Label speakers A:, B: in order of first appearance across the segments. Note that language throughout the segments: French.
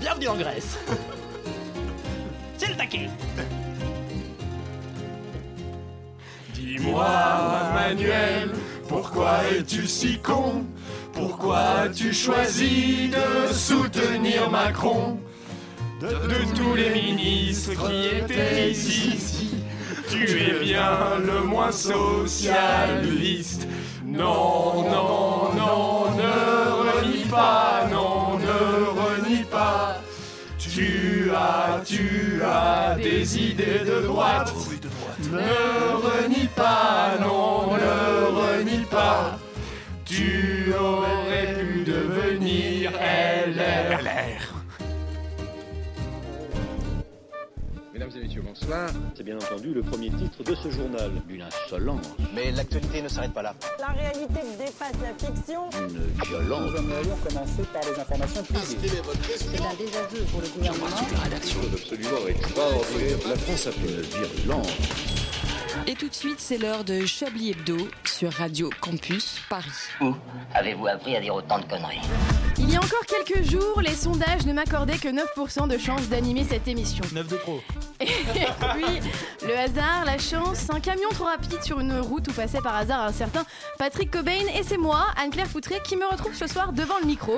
A: bienvenue en Grèce. C'est le taquet.
B: Dis-moi, Manuel, pourquoi es-tu si con Pourquoi as-tu choisi de soutenir Macron de, de tous les ministres qui étaient ici, tu es bien le moins socialiste. Non, non, non, ne renie pas, non, ne renie pas. Tu as, tu as des idées de droite. Ne renie pas, non, ne renie pas. Tu aurais pu devenir LR.
C: Mesdames et messieurs, bonsoir. C'est bien entendu le premier titre de ce journal. Une insolence,
D: Mais l'actualité ne s'arrête pas là.
E: La réalité dépasse la fiction.
C: une violence.
F: C'est un désaveu pour le gouvernement.
C: La France a une virulence.
G: Et tout de suite, c'est l'heure de Chablis Hebdo sur Radio Campus Paris.
H: Où avez-vous appris à dire autant de conneries
I: Il y a encore quelques jours, les sondages ne m'accordaient que 9% de chance d'animer cette émission.
A: 9 de pro.
I: Oui, le hasard, la chance, un camion trop rapide sur une route où passait par hasard un certain Patrick Cobain et c'est moi, Anne-Claire Foutré, qui me retrouve ce soir devant le micro.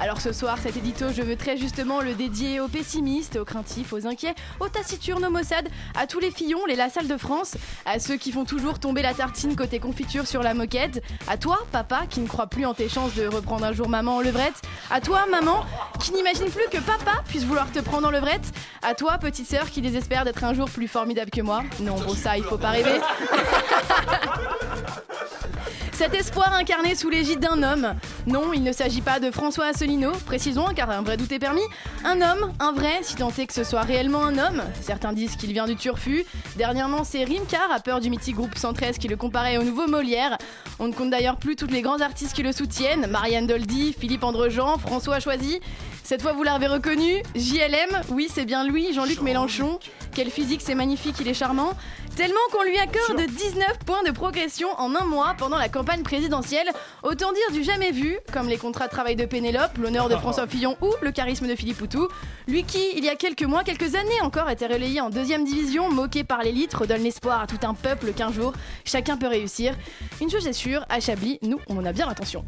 I: Alors ce soir, cet édito, je veux très justement le dédier aux pessimistes, aux craintifs, aux inquiets, aux taciturnes, aux maussades, à tous les fillons, les Lassalle de France, à ceux qui font toujours tomber la tartine côté confiture sur la moquette, à toi, papa, qui ne croit plus en tes chances de reprendre un jour maman en levrette, à toi, maman, qui n'imagine plus que papa puisse vouloir te prendre en levrette, à toi, petite sœur, qui désespère d'être un jour plus formidable que moi. Non, bon, ça, il faut pas rêver. Cet espoir incarné sous l'égide d'un homme. Non, il ne s'agit pas de François Asselineau, précisons, car un vrai doute est permis. Un homme, un vrai, si tant est que ce soit réellement un homme. Certains disent qu'il vient du Turfu. Dernièrement, c'est Rimka, rappeur du mythique groupe 113, qui le comparait au nouveau Molière. On ne compte d'ailleurs plus tous les grands artistes qui le soutiennent Marianne Doldy, Philippe Andrejean, François Choisy. Cette fois, vous l'avez reconnu, JLM, oui, c'est bien lui, Jean-Luc Mélenchon. Quel physique, c'est magnifique, il est charmant. Tellement qu'on lui accorde 19 points de progression en un mois pendant la campagne présidentielle. Autant dire du jamais vu, comme les contrats de travail de Pénélope, l'honneur de François Fillon ou le charisme de Philippe Poutou. Lui qui, il y a quelques mois, quelques années encore, était relayé en deuxième division, moqué par l'élite, redonne l'espoir à tout un peuple qu'un jour, chacun peut réussir. Une chose est sûre, à Chablis, nous, on en a bien attention.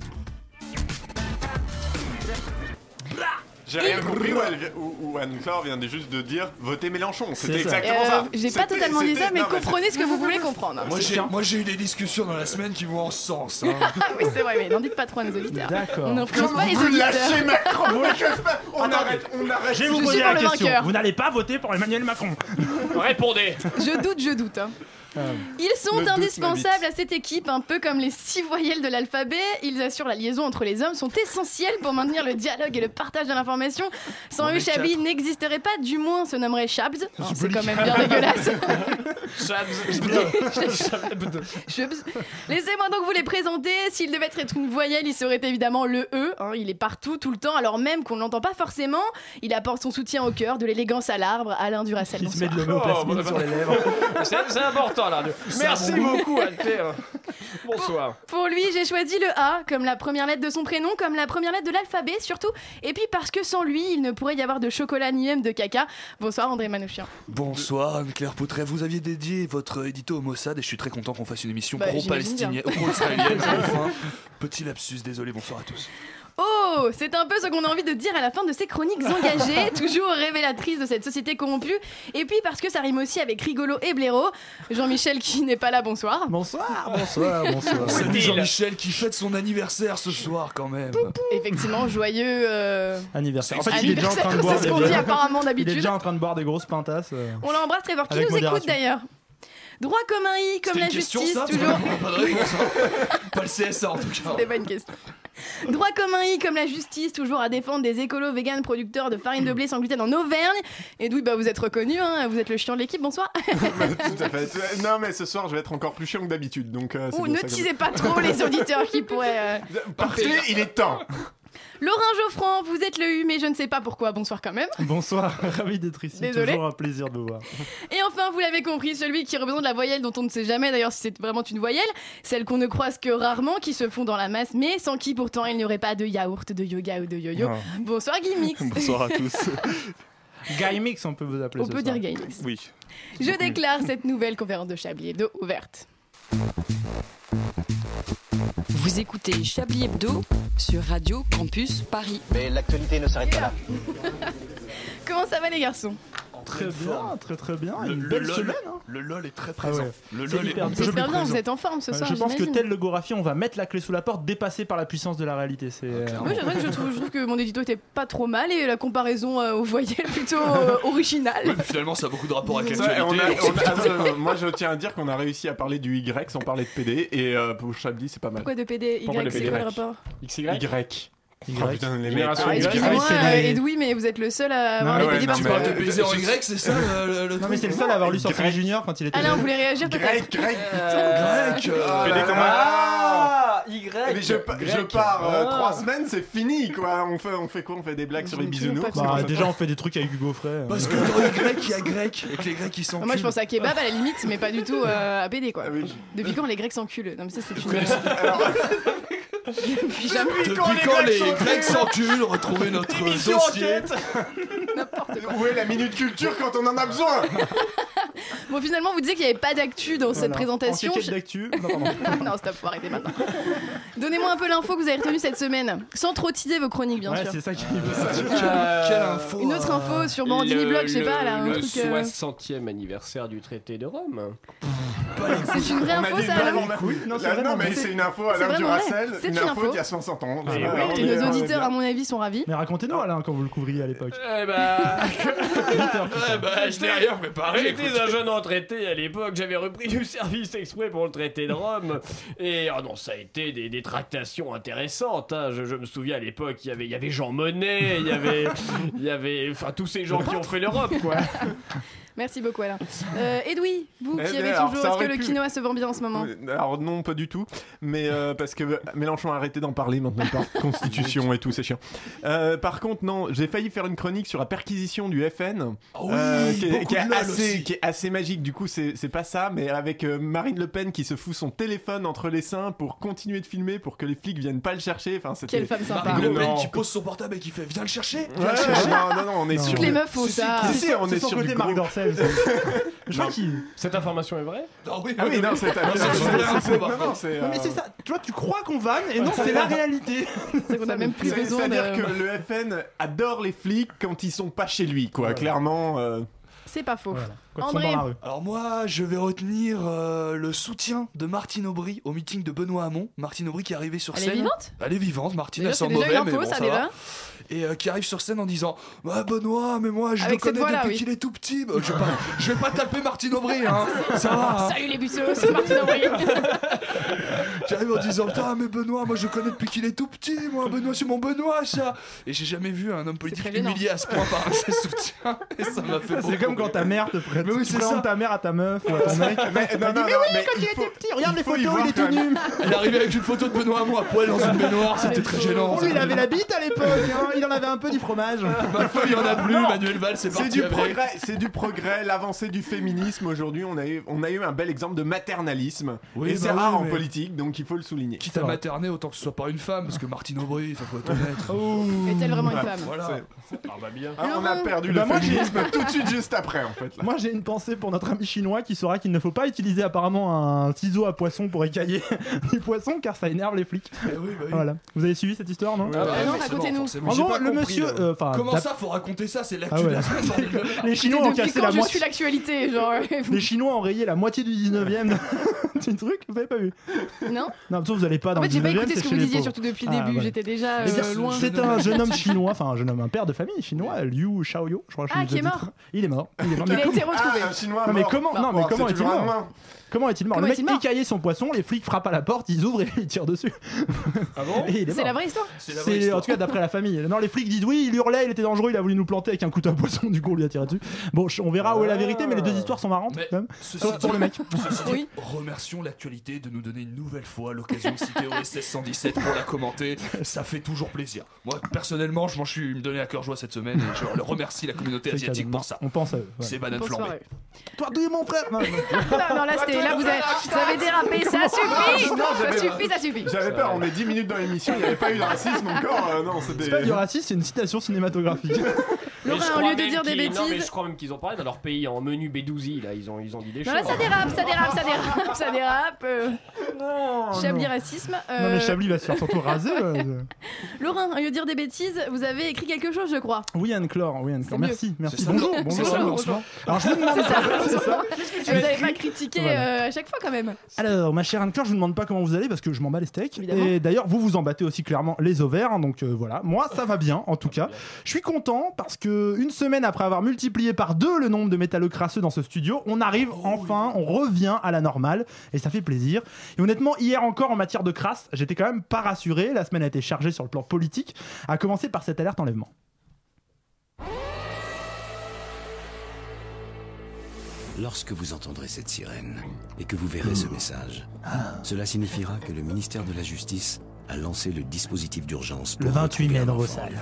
B: J'ai rien compris où, elle vi- où- où Anne-Claire vient de juste de dire votez Mélenchon. C'était
A: C'est ça.
B: exactement ça.
I: Euh, J'ai pas
B: C'était-
I: totalement dit
B: c'était-
I: ça, mais
B: non,
I: comprenez ce que vous voulez comprendre.
J: Moi j'ai, moi j'ai eu des discussions dans la semaine qui vont en ce sens. hein.
I: Ah oui, c'est vrai, mais n'en dites pas trop à nos auditeurs.
A: D'accord.
I: On n'influence pas les
B: Vous
I: auditeurs.
B: lâchez Macron vous lâchez pas. On arrête, on arrête.
A: Je vais vous
I: suis
A: poser
I: pour
A: la
I: le
A: question.
I: vainqueur.
A: Vous n'allez pas voter pour Emmanuel Macron.
K: Répondez
I: Je doute, je doute. hein.
A: Ah.
I: Ils sont
B: le doute
I: indispensables à cette équipe, un peu comme les six voyelles de l'alphabet. Ils assurent la liaison entre les hommes, sont essentiels pour maintenir le dialogue et le partage de l'information. Sans eux, Chablis n'existerait pas, du moins se nommerait Chabs.
L: Ah,
I: Hein, C'est quand même bien dégueulasse. Chebs. Laissez-moi donc vous les présenter. S'il devait être une voyelle, il serait évidemment le E. hein. il est partout, tout le temps, alors même qu'on ne l'entend pas forcément. Il apporte son soutien au cœur, de l'élégance à l'arbre, Alain Duracell.
A: Qui se met de
I: bonsoir.
A: l'homéoplasmine
K: Oh, bah,
A: sur
K: bah.
A: les lèvres.
K: C'est c'est important là. Merci beaucoup Anne-Claire. Bonsoir.
I: Pour lui, j'ai choisi le A comme la première lettre de son prénom, comme la première lettre de l'alphabet surtout, et puis parce que sans lui, il ne pourrait y avoir de chocolat ni même de caca. Bonsoir André Manouchian.
J: Bonsoir Anne-Claire Poutret, vous aviez dédié votre édito au Mossad et je suis très content qu'on fasse une émission
I: Bah,
J: pro-palestinienne, pro-israélienne. enfin. Petit lapsus, désolé, bonsoir à tous.
I: Oh, c'est un peu ce qu'on a envie de dire à la fin de ces chroniques engagées, toujours révélatrices de cette société corrompue, et puis parce que ça rime aussi avec rigolo et blaireau. Jean-Michel qui n'est pas là, bonsoir.
A: Ah, Bonsoir.
J: Bonsoir, bonsoir. Salut
K: est-il
J: Jean-Michel qui fête son anniversaire ce soir quand même.
I: Effectivement, joyeux euh,
A: Anniversaire.
J: En fait,
A: il est déjà en
I: anniversaire,
A: train de boire
I: c'est
A: des
I: ce qu'on dit
A: bières.
I: apparemment
A: Il est
I: d'habitude.
A: déjà en train de boire des grosses pintasses. euh.
I: On l'embrasse Trevor qui
A: Avec
I: nous écoute
A: modération.
I: d'ailleurs. Droit commun I comme
J: C'était
I: la
J: une question,
I: justice,
J: ça Parce
I: toujours.
J: qu'on a pas de réponse, hein. Pas le CSA en tout cas.
I: C'était pas une question. Droit commun I comme la justice, toujours à défendre des écolos véganes producteurs de farine de blé sans gluten en Auvergne. Et oui, bah vous êtes reconnu, hein, vous êtes le chiant de l'équipe, bonsoir. Euh,
B: Tout à fait. Non, mais ce soir, je vais être encore plus chiant que d'habitude. Donc, euh, c'est
I: Ou
B: bien
I: ne
B: ça que-
I: teasez pas trop les auditeurs qui pourraient. euh,
B: Partez, il est temps.
I: Laurent Geoffran, vous êtes le U, mais je ne sais pas pourquoi. Bonsoir quand même.
A: Bonsoir, ravi d'être ici.
I: Désolé.
A: Toujours un plaisir de vous voir.
I: Et enfin, vous l'avez compris, celui qui représente la voyelle dont on ne sait jamais d'ailleurs si c'est vraiment une voyelle, celle qu'on ne croise que rarement, qui se fond dans la masse, mais sans qui pourtant il n'y aurait pas de yaourt, de yoga ou de yo-yo.
A: Non.
I: Bonsoir Guimix.
A: Gaimix, on peut vous appeler
I: On
A: ce
I: peut
A: soir.
I: dire Gaimix.
A: Oui.
I: Je déclare cette nouvelle conférence de Chablis Hebdo ouverte.
G: Vous écoutez Chablis Hebdo sur Radio Campus Paris.
D: Mais l'actualité ne s'arrête pas là.
I: Comment ça va les garçons
A: Très bien, très très bien.
J: Le-
A: Une
J: le
A: belle
J: LOL.
A: semaine. hein.
J: Le LOL est très
A: Ah ouais.
J: présent. Le
A: C'est
J: LOL est
A: hyper bien.
I: J'espère bien,
A: présent.
I: vous êtes en forme ce
A: Ouais,
I: soir.
A: je pense que
I: j'imagine.
A: tel le Gorafi, on va mettre la clé sous la porte, dépassé par la puissance de la réalité. C'est euh,
I: Ah, Oui, j'avoue que je trouve, je trouve que mon édito était pas trop mal et la comparaison euh, au voyelle plutôt euh, originale.
B: Ah,
J: Finalement, ça a beaucoup de rapport avec
B: Ça,
J: l'actualité.
B: on a-
J: donc c'est
B: on a-
J: plutôt-
B: attends, moi je tiens à dire qu'on a réussi à parler du Y sans parler de PD et euh, pour Chablis c'est pas mal.
I: Pourquoi de PD
B: Pourquoi
I: Y,
B: de
I: c'est
B: PD?
I: quoi le rapport
K: XY
B: Y. Oh putain les mecs.
K: Génération
I: Ah,
K: Y.
I: Excusez-moi,
A: c'est
I: euh,
A: les-
I: Edoui, mais vous êtes le seul à
A: Ah
I: avoir
B: Non,
I: les
B: ouais,
I: PD
B: non,
I: partout.
B: mais-
J: Parle de baiser en Y, c'est ça hein le, le- le
A: Non
J: truc
A: mais c'est euh, le seul à avoir lu sur France
B: Grec.
A: Junior quand il était
I: Alain, vous
A: jeune.
I: voulez réagir peut-être
B: Grec, grec.
K: Euh,
J: Grec, euh,
B: PD comme
K: Ah Y
B: Mais Eh je, pa- je
K: Grec.
B: pars euh,
K: Ah.
B: trois semaines, c'est fini quoi. On fait, on fait quoi On fait des blagues sur les bisounours
I: pas
A: Bah, déjà on fait des trucs avec euh. Hugo Frey.
J: Parce que dans les Grecs, il y a Grec. Et que les Grecs, ils Ah. sont.
I: Ah, Moi, je pense à kebab à la limite, mais pas du tout euh, à PD quoi.
B: Ah oui.
I: Depuis quand les Grecs s'enculent Non, mais ça, c'est une.
B: Alors,
I: Depuis jamais
J: Depuis quand les Grecs s'enculent Retrouvez notre
K: Émission
J: dossier.
K: enquête
B: où est la minute culture quand on en a besoin
I: Bon, finalement, vous disiez qu'il n'y avait pas d'actu dans cette
A: Voilà.
I: présentation.
A: En quête d'actu. Non, pardon.
I: non, stop, faut arrêter maintenant. Donnez-moi un peu l'info que vous avez retenue cette semaine, sans trop teaser vos chroniques, bien
A: Ouais,
I: sûr.
A: c'est ça qui.
K: Euh,
J: Quelle info.
I: Une
A: hein.
I: autre
J: euh,
I: info sur Bandini
K: Le-
I: Blog, je sais
K: le-
I: pas, là, un
K: Le
I: truc. euh,
K: 60e anniversaire du traité de Rome.
I: C'est une vraie
B: On a
I: info,
B: dit
I: ça,
B: non,
I: Alain
B: on a-
A: Non, c'est
B: Là,
A: vraiment
B: non, mais
A: vrai.
B: c'est une info
I: C'est
B: Alain
I: vraiment vrai.
B: Duracell,
I: C'est
B: une
I: une
B: info
I: info.
B: qui a 60 ans.
K: Et
B: Voilà,
K: oui,
B: on
I: Et
B: est- on est
I: nos
B: bien.
I: auditeurs, à mon avis, sont ravis.
A: Mais racontez-nous Alain quand vous le couvriez à l'époque.
K: Eh bah,
A: Auditeur.
K: eh bah,
J: Je n'ai rien préparé.
K: J'étais un jeune retraité à l'époque, j'avais repris du service exprès pour le traité de Rome. Et ah non, ça a été des, des tractations intéressantes. hein. Je, je me souviens à l'époque, il y avait- il y avait Jean Monnet, il y avait, il y avait enfin, tous ces gens qui ont fait l'Europe, quoi.
I: Merci beaucoup, Alain. Euh, Edoui, vous
B: Eh
I: qui
B: bien,
I: avez
B: alors,
I: toujours.
B: ça
I: Est-ce que
B: aurait
I: le
B: pu.
I: quinoa se vend bien en ce moment
B: Euh, Alors non, pas du tout. Mais euh, parce que Mélenchon a arrêté d'en parler maintenant par constitution et tout, c'est chiant. Euh, par contre, non, j'ai failli faire une chronique sur la perquisition du FN,
J: Ah oui,
B: euh, qui, est,
J: beaucoup
B: qui est
J: de lol
B: assez,
J: aussi.
B: qui est assez magique. Du coup, c'est c'est pas ça, mais avec euh, Marine Le Pen qui se fout son téléphone entre les seins pour continuer de filmer pour que les flics viennent pas le chercher. Enfin, c'était.
I: Quelle femme sympa.
J: Marine Le Pen
B: Non.
J: qui pose son portable et qui fait Viens le chercher.
B: Ouais,
J: Viens le chercher.
B: non, non, non, on est
A: Non.
B: sur.
I: Toutes les meufs font
J: Si, si,
I: ça.
B: si, si, on est
A: son
B: sur
A: côté
B: du
A: Marc
B: gros.
A: Dorcel. ça. Je crois qu'il.
K: Cette information est vraie
J: Ah oui,
B: Ah oui, non, c'est.
J: Ah, ça, je voulais un faux, par
B: non, non,
J: contre.
B: c'est,
A: Non, mais
B: euh,
A: c'est ça. Tu vois, tu crois qu'on vanne et non, c'est la réalité.
I: C'est qu'on a même plus
B: C'est-
I: besoin
B: C'est-à-dire
I: de.
B: que le FN adore les flics quand ils sont pas chez lui, quoi.
A: Voilà.
B: Clairement. euh,
I: C'est pas faux.
A: Quand ils sont
I: André.
A: dans la rue.
J: Alors moi, je vais retenir euh, le soutien de Martine Aubry au meeting de Benoît Hamon. Martine Aubry qui est arrivée sur
I: Elle
J: scène.
I: est vivante
J: Elle est vivante, Martine,
I: Déjà,
J: elle sent
I: C'est déjà
J: mauvais,
I: une
J: mais
I: info,
J: bon,
I: ça,
J: ça
I: déjà.
J: va. Et euh, qui arrive sur scène en disant Bah Benoît, mais moi je
I: Avec
J: le
I: cette
J: connais
I: voix-là,
J: depuis
I: oui.
J: qu'il est tout petit. Bah, je, vais pas, je vais pas taper Martine Aubry, hein. ça va. hein.
I: Salut les buceaux, c'est Martine Aubry.
J: Qui arrive en disant Putain, mais Benoît, moi je le connais depuis qu'il est tout petit, moi Benoît, c'est mon Benoît, ça. Et j'ai jamais vu un homme politique
I: très gênant.
J: humilié à ce point par un de ses soutiens. Et ça m'a fait
A: C'est
J: beaucoup
A: comme quand
J: rire.
A: ta mère te prête.
J: Mais oui,
A: tu
J: c'est
A: présentes
J: ça.
A: ta mère à ta meuf ou à ton mec.
B: Mais, non, non, non, mais il faut-
A: petit, regarde
B: les faut y photos, voir il est tout quand même.
A: nu.
J: Elle est arrivée avec une photo de Benoît Hamon à poil dans une
B: Ah,
J: baignoire, c'était très gênant.
A: Lui, il avait la bite à l'époque. hein, Il en avait un peu du fromage.
J: Ma foi, il y en a plus, Manuel Valls, c'est
B: C'est
J: parti
B: du
J: avec.
B: progrès, c'est du progrès, l'avancée du féminisme aujourd'hui. On a eu, on a eu un bel exemple de maternalisme.
J: Oui,
B: et
J: bah
B: c'est
J: oui,
B: rare en
J: mais-
B: politique, donc il faut le souligner.
J: Quitte à
A: vrai.
J: materner, autant que ce soit pas une femme, parce que Martine Aubry, ça faut être honnête.
I: Est-elle vraiment une femme
J: Voilà.
K: Ah bah bien.
B: Ah, on a
I: Laurent.
B: perdu
A: Bah,
B: le
A: moi, j'ai-
B: féminisme tout de suite juste après,
M: hein.
B: en fait. là.
A: Moi, j'ai une pensée pour notre ami chinois qui saura qu'il ne faut pas utiliser apparemment un ciseau à poisson pour écailler les poissons car ça énerve les flics.
J: Eh oui, bah oui.
A: Voilà. Vous avez suivi cette histoire, non
J: Ah bah,
I: Ah non,
J: forcément,
I: racontez-nous.
J: forcément.
A: En
J: J'ai
A: gros,
J: pas
A: le
J: compris,
A: monsieur.
J: euh,
A: euh, enfin,
J: Comment
A: la-
J: ça, faut raconter ça C'est l'actu
A: Ah ouais.
J: de la semaine. bordel de merde.
A: Les
I: Et
A: Chinois ont
I: Depuis
A: cassé
I: quand
A: la
I: je suis
A: moitié.
I: l'actualité Genre. vous-
A: Les Chinois ont rayé la moitié du 19ème. C'est un truc, vous avez pas vu
I: Non
A: Non, de toute façon, vous allez pas dans
I: En fait,
A: le
I: j'ai pas
A: 19e,
I: écouté ce
A: c'est chez
I: que vous
A: les
I: disiez,
A: pauvres.
I: surtout depuis le
A: Ah,
I: début.
A: voilà.
I: J'étais déjà
J: Mais
I: euh,
J: c'est-
I: loin.
A: C'est un jeune homme chinois, enfin un jeune homme, un père de famille chinois, Liu Xiaoyo, je crois. que je
I: Ah,
A: l'ai
I: qui est
A: déjà dit.
I: mort.
A: Il est mort. Il est mort.
I: Il
A: Mais
I: a
A: comment-
I: été retrouvé.
B: Ah, un chinois.
A: Non mais
B: mort.
A: comment, non, mais
B: Oh,
A: comment
B: c'est
A: est-il
B: toujours
A: mort
B: un humain.
A: Comment est-il mort
I: Comment
A: Le
I: est-il
A: mec
I: mort
A: écaillait son poisson, les flics frappent à la porte, ils ouvrent et ils tirent dessus.
K: Ah bon
A: Et il est
I: C'est
A: mort.
I: la vraie histoire
J: C'est la vraie
A: C'est en
J: histoire.
A: tout cas d'après la famille. Non, les flics disent oui, il hurlait, il était dangereux, il a voulu nous planter avec un couteau à poisson, du coup on lui a tiré dessus. Bon, je- on verra où est la vérité, mais les deux histoires sont marrantes.
J: Mais
A: quand même.
J: ceci
A: Sauf pour
J: dit-
A: le mec.
J: ceci dit,
I: Oui.
J: remercions l'actualité de nous donner une nouvelle nouvelle fois l'occasion de citer OSS 117 pour la commenter. Ça fait toujours plaisir. Moi, personnellement, je m'en suis me donné à cœur joie cette semaine et je le remercie la communauté
A: C'est
J: asiatique
A: cadeau.
J: pour ça.
A: On pense à eux. ouais.
J: C'est banane flambée.
A: Toi, d'où est mon frère Non, non.
I: Non, non, là, c'était, là vous, avez, vous avez dérapé, ça suffit Ça suffit, ça suffit
B: Ah, J'avais peur, on est 10 minutes dans l'émission, il n'y avait pas eu de racisme encore. euh, non, c'était.
A: C'est pas du racisme, c'est une citation cinématographique.
K: Mais
I: Laura,
K: je
I: au
K: crois
I: lieu de
K: même
I: dire des
K: qu'ils- Non, mais
I: bêtises-
K: je crois même qu'ils ont parlé dans leur pays en menu B12i, là, ils ont, ils ont dit des
I: Non,
K: choses. hein.
I: là,
A: hein.
I: ça dérape, ça dérape, ça dérape, ça dérape. euh, Chablis racisme. euh,
A: Non, mais Chablis va se faire surtout raser. euh.
I: Laurent, au lieu de dire des bêtises, vous avez écrit quelque chose, je crois.
A: Oui, Anne-Claire, oui,
I: C'est
A: Anne-Claire.
I: mieux.
A: Merci, merci.
J: C'est ça,
A: Bonjour,
J: le-
A: bonjour.
J: c'est ça le lancement.
A: Alors, je vous demande c'est ça.
I: Et vous n'avez pas critiqué
A: Voilà.
I: euh, à chaque fois, quand même.
A: Alors, ma chère Anne-Claire, je vous demande pas comment vous allez parce que je m'en bats les steaks.
I: Évidemment.
A: Et d'ailleurs, vous vous en battez aussi clairement les ovaires. hein, donc euh, voilà, moi ça va bien en tout cas. Je suis content parce que une semaine après avoir multiplié par deux le nombre de métalleux crasseux dans ce studio, on arrive enfin, on revient à la normale et ça fait plaisir. Et honnêtement, hier encore en matière de crasse, j'étais quand même pas rassuré. La semaine a été chargée sur le plan politique, à commencer par cette alerte enlèvement.
N: Lorsque vous entendrez cette sirène et que vous verrez ce message, cela signifiera que le ministère de la Justice a lancé le dispositif d'urgence pour
A: Le 28
N: retrouver
A: mai
N: un
A: dans
N: enfant
A: vos salles.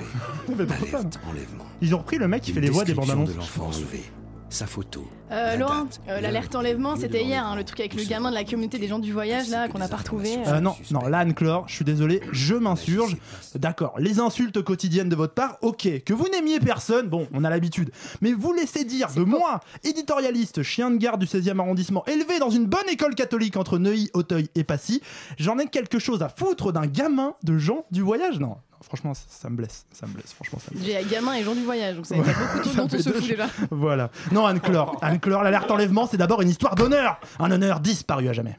N: enlevé.
A: Ça fait trop ça.
N: Alerte enlèvement.
A: Ils ont repris le mec qui
N: Une
A: fait les voix des bandes
N: description
A: annonces.
N: de l'enfant enlevé, sa photo.
I: Euh,
N: la
I: Laurent,
N: date,
I: euh, l'alerte enlèvement,
N: lieu
I: c'était
N: de
I: hier, hein,
N: l'enlèvement.
I: le truc avec le gamin de la communauté des gens du voyage, là, qu'on n'a pas retrouvé.
A: Euh, non, non, là, Anne-Claire, je suis désolé, je m'insurge. D'accord, les insultes quotidiennes de votre part, ok. Que vous n'aimiez personne, bon, on a l'habitude. Mais vous laissez dire de moi, éditorialiste, chien de garde du 16e arrondissement, élevé dans une bonne école catholique entre Neuilly, Auteuil et Passy, j'en ai quelque chose à foutre d'un gamin de gens du voyage Non, non, franchement, ça, ça me blesse, ça me blesse, franchement, ça me blesse.
I: euh, J'ai gamin et gens du voyage, donc ça va être beaucoup de choses
A: Ça
I: dont on
A: fait
I: se
A: deux.
I: fout déjà.
A: Voilà. Non, Anne-Claire, Anne-Claire, l'alerte enlèvement, c'est d'abord une histoire d'honneur. Un honneur disparu à jamais.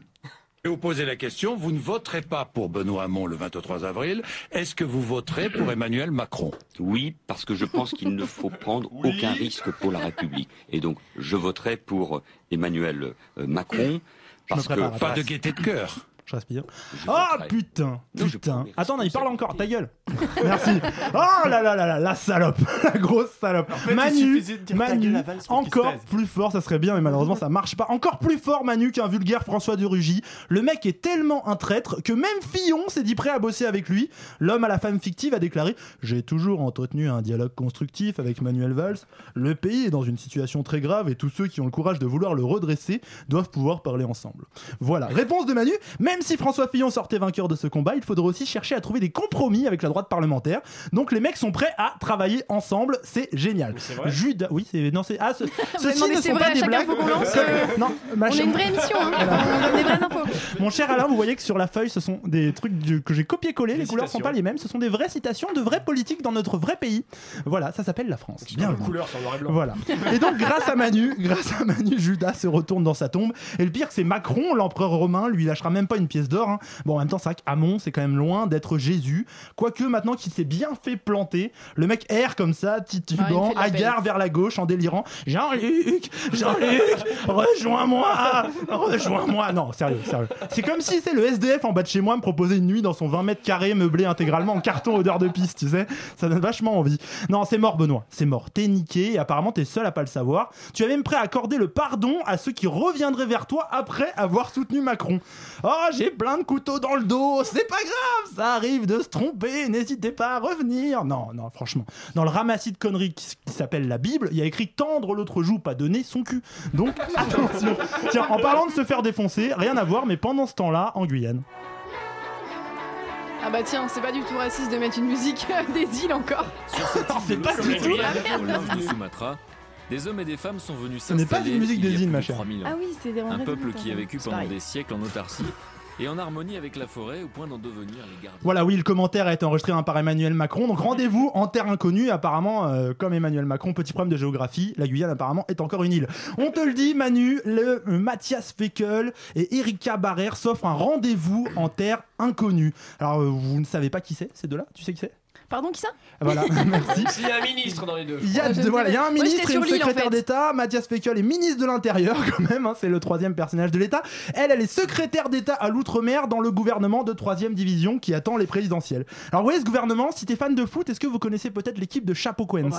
L: Je vais vous poser la question, vous ne voterez pas pour Benoît Hamon le 23 avril, est-ce que vous voterez pour Emmanuel Macron
O: Oui, parce que je pense qu'il ne faut prendre aucun risque pour la République. Et donc, je voterai pour Emmanuel euh, Macron, parce que...
A: prépare à Pas de Brest.
O: gaieté de cœur
A: Je respire. Ah
O: voterai.
A: putain, putain. Attends, non, il parle encore, ta gueule. Merci. Oh là là là là, la salope, la grosse salope.
B: il
A: Manu,
B: suffisait de dire ta gueule
A: Manu,
B: à Valls pour qu'il se
A: encore
B: taise.
A: plus fort, ça serait bien, mais malheureusement ça marche pas. Encore plus fort Manu qu'un vulgaire François de Rugy. Le mec est tellement un traître que même Fillon s'est dit prêt à bosser avec lui. L'homme à la femme fictive a déclaré J'ai toujours entretenu un dialogue constructif avec Manuel Valls. Le pays est dans une situation très grave et tous ceux qui ont le courage de vouloir le redresser doivent pouvoir parler ensemble. Voilà. Réponse de Manu Même si François Fillon sortait vainqueur de ce combat, il faudrait aussi chercher à trouver des compromis avec la droite parlementaire. Donc les mecs sont prêts à travailler ensemble. C'est génial. Judas. Oui, c'est. Non, c'est. Ah, ce- ceci
I: demandez
A: ne
I: c'est
A: sont
I: vrai
A: pas
I: à
A: des
I: chacun,
A: blagues.
I: faut qu'on lance, euh,
A: Non, ma
I: On est
A: chère-
I: une vraie émission, hein. on donne des vraies infos.
A: mon cher Alain, vous voyez que sur la feuille, ce sont des trucs du- que j'ai copié-collé. Les couleurs sont
K: citations.
A: pas les mêmes. Ce sont des vraies citations de vrais politiques dans notre vrai pays. Voilà, ça s'appelle la France. Bien
K: Bien
A: vu.
K: couleur sur le noir et blanc.
A: Voilà. Et donc, grâce à Manu, grâce à Manu, Judas se retourne dans sa tombe. Et le pire, c'est Macron, l'empereur romain, lui lâchera même pas une pièce d'or. hein. Bon, en même temps, c'est vrai qu'Amon, c'est quand même loin d'être Jésus. Quoique, maintenant qu'il s'est bien fait planter, le mec erre comme ça,
P: Ah,
A: titubant,
P: il fait de la
A: hagard vers la gauche en délirant. Jean-Luc, Jean-Luc, rejoins-moi, rejoins-moi. Non, sérieux, sérieux. C'est comme si c'est le SDF en bas de chez moi me proposait une nuit dans son 20 mètres carrés meublé intégralement en carton odeur de piste, tu sais. Ça donne vachement envie. Non, c'est mort, Benoît. C'est mort. T'es niqué et apparemment t'es seul à pas le savoir. Tu es même prêt à accorder le pardon à ceux qui reviendraient vers toi après avoir soutenu Macron. Oh, j'ai plein de couteaux dans le dos. C'est pas grave, ça arrive de se tromper. N'hésitez pas à revenir. Non, non, franchement. Dans le ramassis de conneries qui, s- qui s'appelle la Bible, il y a écrit tendre l'autre joue, pas donner son cul. Donc attention. Tiens, en parlant de se faire défoncer, rien à voir, mais pendant ce temps-là, en Guyane.
I: Ah bah tiens, c'est pas du tout raciste de mettre une musique euh, des îles encore.
A: Non, c'est pas du tout.
I: Ah, merde.
M: Au large de Sumatra, des hommes et des femmes sont venus
A: Ce n'est pas
M: s'installer
A: une musique
M: il y a
A: des
M: plus
A: îles,
M: de
A: ma chère.
M: 3000 ans.
I: Ah oui, c'est des
M: Un
I: vrais
M: peuple
I: résultats,
M: qui a vécu
I: c'est
M: pendant
I: pareil.
M: des siècles en autarcie et en harmonie avec la forêt au point d'en devenir les gardiens.
A: Voilà, oui, le commentaire a été enregistré hein, par Emmanuel Macron. Donc rendez-vous en terre inconnue. Apparemment, euh, comme Emmanuel Macron, petit problème de géographie, la Guyane apparemment est encore une île. On te le dit, Manu, le euh, Mathias Feckel et Erika Barrère s'offrent un rendez-vous en terre inconnue. Alors, euh, vous ne savez pas qui c'est, ces deux-là Tu sais qui c'est
I: Pardon, qui ça
A: Voilà, merci.
K: S'il y a un ministre dans les deux.
A: Il y a,
K: je
A: de-
K: crois.
A: voilà, il y a un
K: Moi, j'étais
A: ministre et
K: sur
A: une
K: l'île, en
A: secrétaire
K: fait.
A: d'État. Mathias Fekel est ministre de l'Intérieur, quand même. hein, c'est le troisième personnage de l'État. Elle, elle est secrétaire d'État à l'outre-mer dans le gouvernement de troisième division qui attend les présidentielles. Alors, vous voyez ce gouvernement Si t'es fan de foot, est-ce que vous connaissez peut-être l'équipe de Chapeau Quens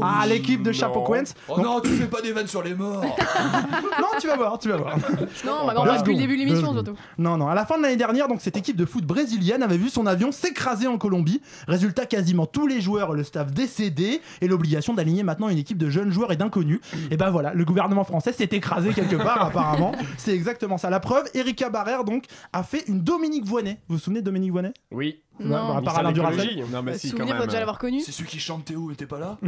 A: Ah, l'équipe de Chapeau Quens.
J: Oh
A: Donc-
J: non, tu fais pas des vannes sur les morts.
A: non, Ah, tu vas voir, tu vas voir.
I: Non, bah, on va voir
A: Deux
I: depuis le début de
A: secondes,
I: l'émission
A: deux
I: surtout.
A: Non, non. À la fin de l'année dernière, donc cette équipe de foot brésilienne avait vu son avion s'écraser en Colombie. Résultat, quasiment tous les joueurs et le staff décédés et l'obligation d'aligner maintenant une équipe de jeunes joueurs et d'inconnus. Et ben voilà, le gouvernement français s'est écrasé quelque part apparemment. C'est exactement ça. La preuve, Erika Barrère donc a fait une Dominique Voynet. Vous vous souvenez de Dominique Voynet
K: Oui.
A: Non. Bah, à part Alain Duracell.
B: Non, mais si, quand
I: Souvenez-vous
B: même.
I: Euh,
A: euh,
I: déjà l'avoir connu.
J: C'est celui qui chante Théo, mais t'es pas là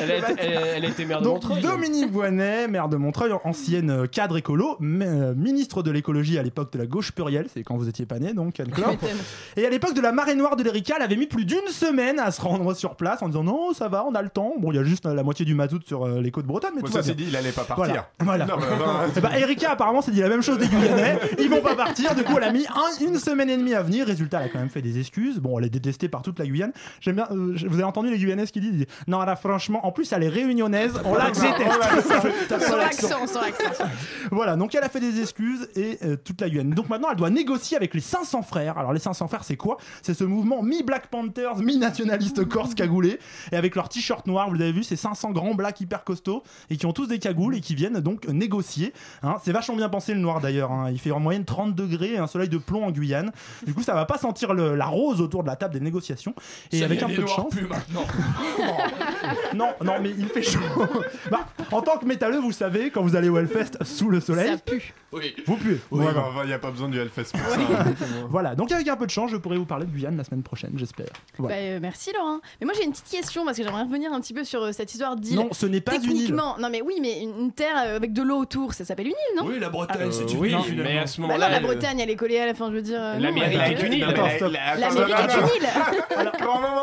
K: Elle, a- elle- elle était mère de
A: Donc
K: Montreuil.
A: Dominique Voynet, maire de Montreuil, ancienne euh, cadre écolo, mais, euh, ministre de l'écologie à l'époque de la gauche plurielle, c'est quand vous étiez pas né donc Anne-Claude.
I: Tu m'étonnes.
A: Et à l'époque de la marée noire de l'Erika, elle avait mis plus d'une semaine à se rendre sur place en disant non ça va, on a le temps. Bon il y a juste euh, la moitié du mazout sur euh, les côtes bretonnes mais
B: Bon,
A: tout
B: ça
A: va
B: s'est
A: bien.
B: dit, il allait pas partir.
A: Voilà. voilà.
B: Non, mais ben-
A: Eh ben, Erika apparemment s'est dit la même chose des Guyanais. Ils vont pas partir. Du coup, elle a mis un- une semaine et demie à venir. Résultat, elle a quand même fait des excuses. Bon, elle est détestée par toute la Guyane. J'aime bien. euh, vous avez entendu les Guyanaises qui disent Non, là, franchement, en plus, elle est réunionnaise. On la déteste.
I: Sans l'accent, sans l'accent.
A: Voilà, donc elle a fait des excuses et euh, toute la UN. Donc maintenant, elle doit négocier avec les 500 frères. Alors les 500 frères, c'est quoi C'est ce mouvement mi-Black Panthers, mi-nationaliste corse cagoulé. Et avec leurs t-shirts noirs, vous l'avez vu, c'est 500 grands blacks hyper costauds et qui ont tous des cagoules et qui viennent donc négocier. hein. c'est vachement bien pensé le noir d'ailleurs. hein. Il fait en moyenne 30 degrés et un soleil de plomb en Guyane. Du coup, ça va pas sentir le- la rose autour de la table des négociations. Et
J: Ça y
A: avec
J: est,
A: un
J: les
A: peu de
J: Noirs
A: chance.
J: puent maintenant.
A: Non, non, mais il fait chaud. Bah, en tant que métalleux, vous savez, quand vous allez au Hellfest sous le soleil,
J: Oui.
A: vous puez.
B: Oui,
A: Voilà.
B: bah, bah, y a pas besoin du Hellfest pour ça.
A: Voilà, donc avec un peu de chance, je pourrais vous parler de Guyane la semaine prochaine, j'espère. Voilà.
I: Bah, euh, merci Laurent. Mais moi j'ai une petite question parce que j'aimerais revenir un petit peu sur euh, cette histoire d'île.
A: Non, ce n'est pas une île.
I: Techniquement, non mais oui, mais une, une terre euh, avec de l'eau autour, ça s'appelle une île, non
J: Oui, la Bretagne,
A: Ah,
K: Euh,
J: c'est une
K: oui,
J: île,
K: mais
J: finalement.
K: à ce
I: Bah
K: moment-là,
I: non, la
K: elle-
I: Bretagne, elle est collée à la fin, je veux dire. euh, non,
K: L'Amérique
I: elle-
K: est hein. une île.
A: Attends, stop.
I: L'Amérique est une île.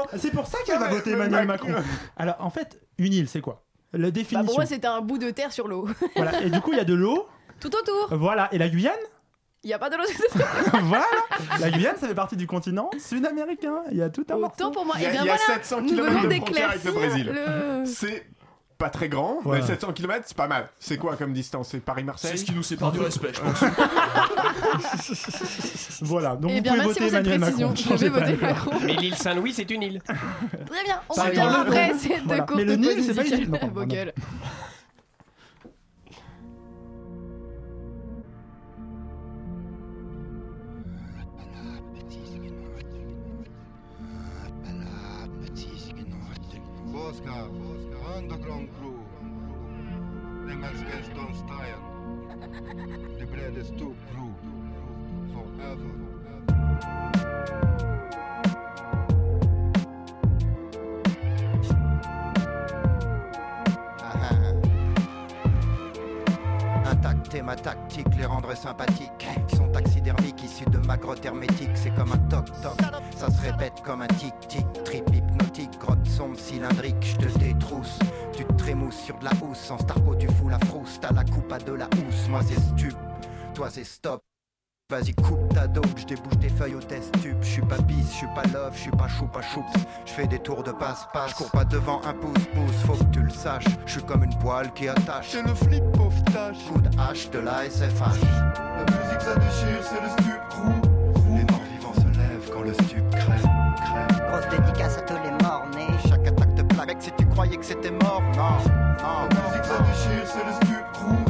A: C'est pour ça qu'elle va voter Emmanuel Macron. Alors en fait, une île, c'est quoi La
I: Bah, pour
A: définition.
I: moi, c'est un bout de terre sur l'eau.
A: voilà. Et du coup, il y a de l'eau.
I: Tout autour.
A: Voilà. Et la Guyane
I: Il n'y a pas de l'eau.
A: Voilà. La Guyane, ça fait partie du continent sud-américain. Il y a tout un
I: Autant pour moi.
B: Il y
I: Eh
B: a,
I: bien
B: il y a
I: voilà,
B: 700
I: nous venons
B: km de frontière avec le
I: d'éclaircir
B: Brésil.
I: le-
B: C'est pas très grand,
A: Voilà.
B: mais 700 km, c'est pas mal. C'est quoi comme distance C'est Paris-Marseille
J: C'est ce qui nous sépare du respect, je pense.
A: Voilà. Donc
I: Eh
A: vous
I: bien,
A: pouvez voter
I: merci pour cette
A: Emmanuel
I: précision.
A: Macron.
I: Je
A: Changez
I: vais
A: pas
I: voter
A: les
I: Macron.
K: Mais l'île Saint-Louis, c'est une île.
I: Très bien, on
A: Ça
I: revient
A: revient.
I: après cette
A: Ah, Voilà.
I: courte
A: Mais le Nil, c'est pas une
I: pause
A: île. Non,
I: musicale.
A: pardon,
I: Vos
A: non.
I: gueules.
P: Boska, underground crew. Nemanskens don't style. The greatest two crew. Forever.
Q: Intact et ma tactique les rendrait sympathiques. Ils sont taxidermiques, issus de ma grotte hermétique. C'est comme un toc-toc, ça se répète comme un tic-tic. Trip hypnotique, grotte sombre, cylindrique. Je te détrousse, tu te trémousses sur de la housse. Sans starco, tu fous la frousse. T'as la coupe à de la housse. Moi, c'est stup, toi, c'est stop. Vas-y coupe ta dope, je débouche des feuilles au test tube, je suis pas bis, je suis pas love, je suis pas choupa choups, je fais des tours de passe-passe, je cours pas devant un pouce-pouce, faut que tu le saches, je suis comme une poêle qui attache. C'est le flip pauvre tâche Coup de hache de la SFH La musique ça déchire, c'est le stup Les morts vivants se lèvent quand le stup crève, crève. Grosse dédicace à tous les morts-nés. Chaque attaque de plaque, mec, si tu croyais que c'était mort, non, non. La musique ça déchire, c'est le stup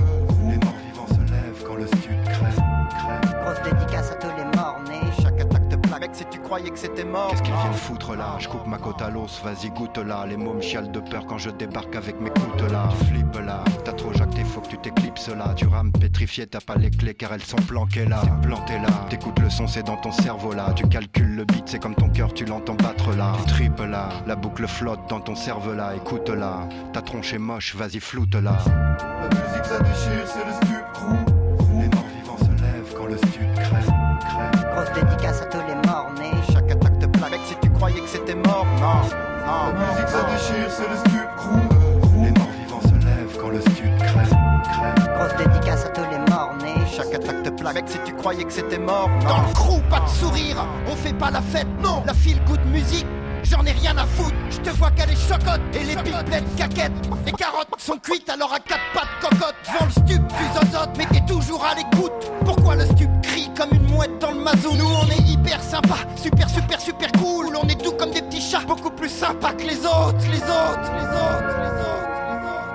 Q: Les morts vivants se lèvent quand le stup crève, crève. Grosse dédicace à tous les morts-nés. Chaque attaque de plaque, mec, si tu croyais que c'était mort, Oh.
P: Qu'est-ce qu'ils viennent foutre là Je coupe ma côte à l'os, vas-y goûte là. Les mômes chialent de peur quand je débarque avec mes coutes là. Tu flippes là, t'as trop jacté, faut que tu t'éclipses là. Tu rames pétrifié, t'as pas les clés car elles sont planquées là. T'es planté là, t'écoutes le son, c'est dans ton cerveau là. Tu calcules le beat, c'est comme ton cœur, tu l'entends battre là. Tu tripes là, la boucle flotte dans ton cerveau là. Écoute là, ta tronche est moche, vas-y floute là. La musique ça déchire, c'est le stup Les morts vivants se lèvent quand le stup crève, crève.
Q: Grosse dédicace à tous les morts-nés. Chaque attaque de plaque, mec, si tu croyais que c'était mort, non, non.
P: La musique ça déchire, c'est le stup Les morts vivants se lèvent quand le stup crève, crève.
Q: Grosse dédicace à tous les morts-nés. Chaque attaque tac te plaque si tu croyais que c'était mort. Dans le crew, pas de sourire, on fait pas la fête, non. La file coup de musique, j'en ai rien à foutre. Je te vois qu'elle est chocotte et les pipelettes caquettes. Les carottes sont cuites alors à quatre pattes cocotte. Devant le stup, tu zozotes, mais t'es toujours à l'écoute. Pourquoi le stup crie comme une mouette dans le mazou Nous on est hyper sympa, super super super cool. On est tout comme des petits chats, beaucoup plus sympa que les autres, les autres, les autres, les autres.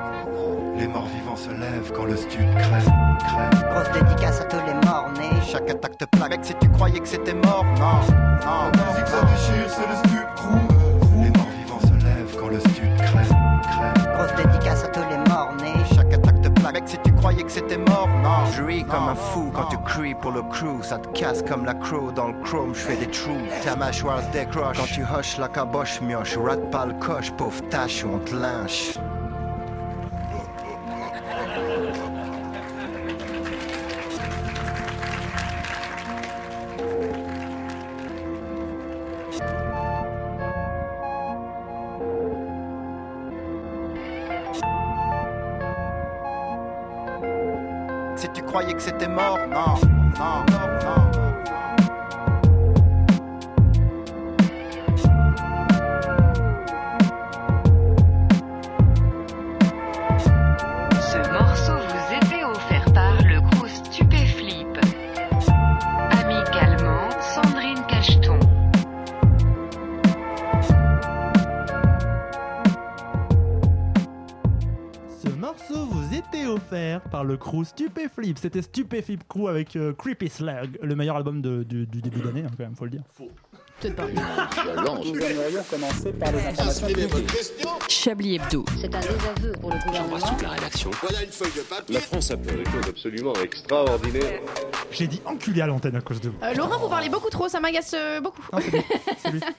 Q: Les morts vivants se lèvent quand le stup crève, crève. Grosse dédicace à tous les morts-nés. Chaque attaque te plaque si tu croyais que c'était mort. Non, non, non. musique ça déchire, c'est le stup Les morts vivants se lèvent quand le stup crève, crève. Grosse dédicace à tous les morts-nés. Chaque attaque te plaque si tu croyais que c'était mort. Non, je ris comme un fou quand tu cries pour le crew. Ça te casse comme la crow dans le chrome, je fais des trous. Ta mâchoire se décroche quand tu hoches la caboche mioche. Rate pas le coche, pauvre tâche, on te lynche. Si tu croyais que c'était mort, non, non, non.
F: Ce morceau vous était offert par le groupe Stupéflip. Amicalement, Sandrine Cacheton.
A: Ce morceau vous était offert par le crew Stupéflip. C'était Stupéflip Crew avec euh, Creepy Slug, le meilleur album de- du, du début d'année, hein, quand même, faut le dire.
I: Peut-être pas.
A: Nous
G: aimerions commencer par les informations Chablis Hebdo.
F: C'est un désaveu pour le gouvernement.
G: la rédaction.
C: Voilà une feuille de papier. La France a fait des choses absolument extraordinaires.
A: J'ai dit enculé à l'antenne à cause de vous.
I: Euh, Laurent, vous parlez beaucoup trop, ça m'agace euh, beaucoup.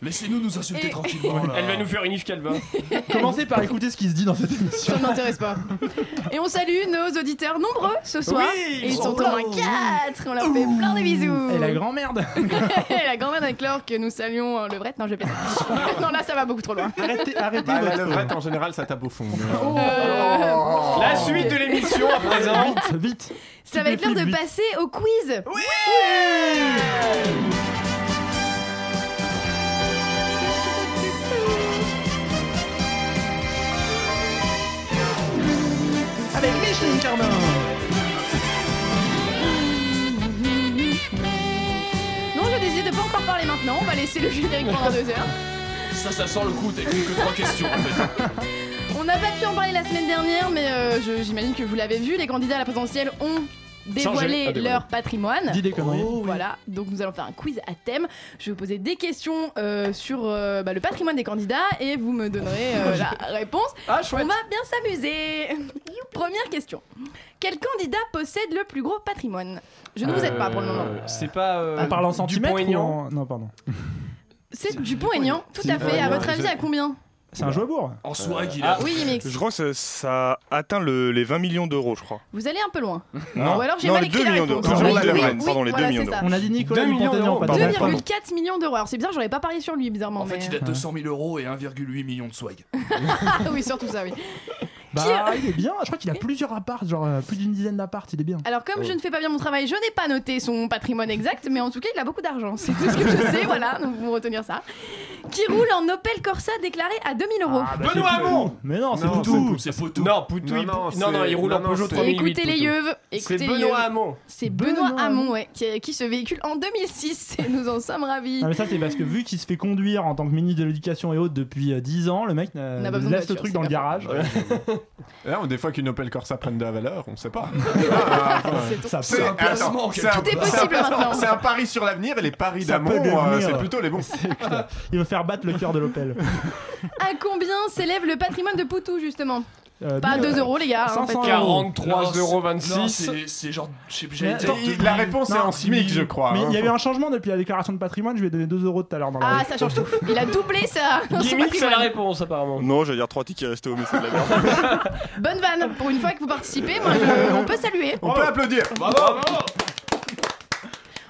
J: Laissez-nous nous insulter
I: Et-
J: tranquillement. Là.
K: Elle va nous faire une Yves Calvin.
A: Commencez par écouter ce qui se dit dans cette émission.
I: Ça ne m'intéresse pas. Et on salue nos auditeurs nombreux ce soir.
A: Oui,
I: Et ils sont au
A: bravo.
I: moins 4. On leur fait plein de bisous.
A: Et la grand-merde
I: Et la grand-mère d'Anne-Claire que nous saluons euh, le bret. Non, je vais pas. non, là, ça va beaucoup trop loin.
A: Arrêtez, arrêtez
B: Bah, la
A: votre-
B: levrette en général ça tape au fond.
I: Euh,
K: La suite de l'émission à présent.
A: Vite, vite.
I: Ça va être l'heure de passer au quiz. Oui,
A: Avec Micheline Cardin
I: Non, je décide de pas encore parler maintenant. On va laisser le générique pendant deux heures.
M: Ça, ça sent le coup, t'as écrit que trois questions en fait.
I: On n'a pas pu en parler la semaine dernière, mais euh, je- j'imagine que vous l'avez vu. Les candidats à la présidentielle ont dévoilé
A: Changé. Ah, dévoilé.
I: leur patrimoine.
A: Dis des conneries.
I: Oh, Voilà, donc nous allons faire un quiz à thème. Je vais vous poser des questions euh, sur euh, bah, le patrimoine des candidats et vous me donnerez euh, la réponse.
A: Ah,
I: On va bien s'amuser. Première question. Quel candidat possède le plus gros patrimoine Je ne vous aide pas pour le moment.
K: C'est pas.
A: On parle en centimètres ou
K: Dupont-Aignan
A: en- Non, pardon.
I: C'est Dupont-Aignan, tout à
A: Dupont-Aignan,
I: fait. À votre
A: je-
I: avis, à combien
A: C'est un joueur bourre.
M: En swag, il
I: a- oui, mais-
R: Je crois que ça, Euh, ça atteint le- les 20 millions d'euros, je crois.
I: Vous allez un peu loin.
R: Non.
I: Ou alors j'ai
R: Non,
I: mal
R: les
I: écrit
R: deux
I: la
R: millions
I: réponse.
R: d'euros.
I: Oui,
R: Jean-Paul
I: oui,
R: Lavergne,
I: oui,
R: pardon, les deux
I: voilà,
R: millions
I: c'est ça.
R: d'euros.
A: On a dit Nicolas
R: 2 millions
A: Dupont-Aignan,
R: d'euros,
A: pas
R: pardon.
A: Dupont.
I: 2,4 millions d'euros. Alors c'est bizarre, j'aurais pas parié sur lui, bizarrement. euh,
M: En fait, il a 200 000 euros et 1,8 million de swag.
I: oui, surtout ça, oui.
A: Bah, il est bien. Je crois qu'il a plusieurs apparts, genre euh, plus d'une dizaine d'apparts. Il est bien.
I: Alors comme
R: Oh.
I: je ne fais pas bien mon travail, je n'ai pas noté son patrimoine exact, mais en tout cas, il a beaucoup d'argent. C'est tout ce que je sais, voilà, donc vous retenir ça. Qui roule en Opel Corsa déclaré à 2000 euros
M: Ah, bah,
K: Benoît Hamon
A: Mais non,
K: c'est Poutou C'est Poutou Non, Poutou,
B: Non,
K: il-
B: non, c'est-
K: non, non, il roule en
B: non, non,
K: Peugeot
B: c'est-
K: 3008.
I: Écoutez les
K: Poutou.
I: yeux, écoutez
K: C'est
I: les
K: Benoît
I: yeux.
K: Hamon
I: C'est Benoît, Hamon, ouais, qui, qui se véhicule en 2006 et nous en sommes ravis.
A: Ah, mais ça, c'est parce que vu qu'il se fait conduire en tant que ministre de l'éducation et autres depuis euh, 10 ans, le mec n'a-
I: N'a pas besoin de
A: laisse le
I: voiture,
A: truc
I: c'est
A: dans le
I: pas
A: garage.
B: Là, on- Eh, des fois qu'une Opel Corsa prenne de la valeur, on sait pas. Ah,
A: Ça
B: C'est-
A: peut-
B: attends, c'est un-
A: Tout est
B: c'est un-
A: possible maintenant.
B: C'est un pari sur l'avenir et les paris
A: Ça peut
B: d'amont, euh,
A: devenir.
B: c'est plutôt les bons.
A: C'est clair. Il veut faire battre le cœur de l'Opel.
I: À combien s'élève le patrimoine de Poutou, justement
A: Euh,
I: Pas
A: bien.
I: 2 euros, les gars. hein,
A: 500
I: faites-
A: euros.
M: Non, c'est- c'est genre. je sais plus, j'allais
A: Mais
M: dire
A: attends,
M: 2
A: la
M: millions.
A: réponse
B: C'est en SMIC, je crois.
A: Mais
B: hein.
A: il y a eu un changement depuis la déclaration de patrimoine, je lui ai donné 2 euros tout à l'heure dans la
I: Ah,
A: rue.
I: ça change tout. Il a doublé ça.
K: Gimmick, c'est la réponse, apparemment.
R: Non, j'allais dire 3 tickets resto, mais c'est de la merde.
I: Bonne vanne. Pour une
M: Oh.
I: fois que vous participez, moi, je- on peut saluer.
B: On peut applaudir.
K: Bravo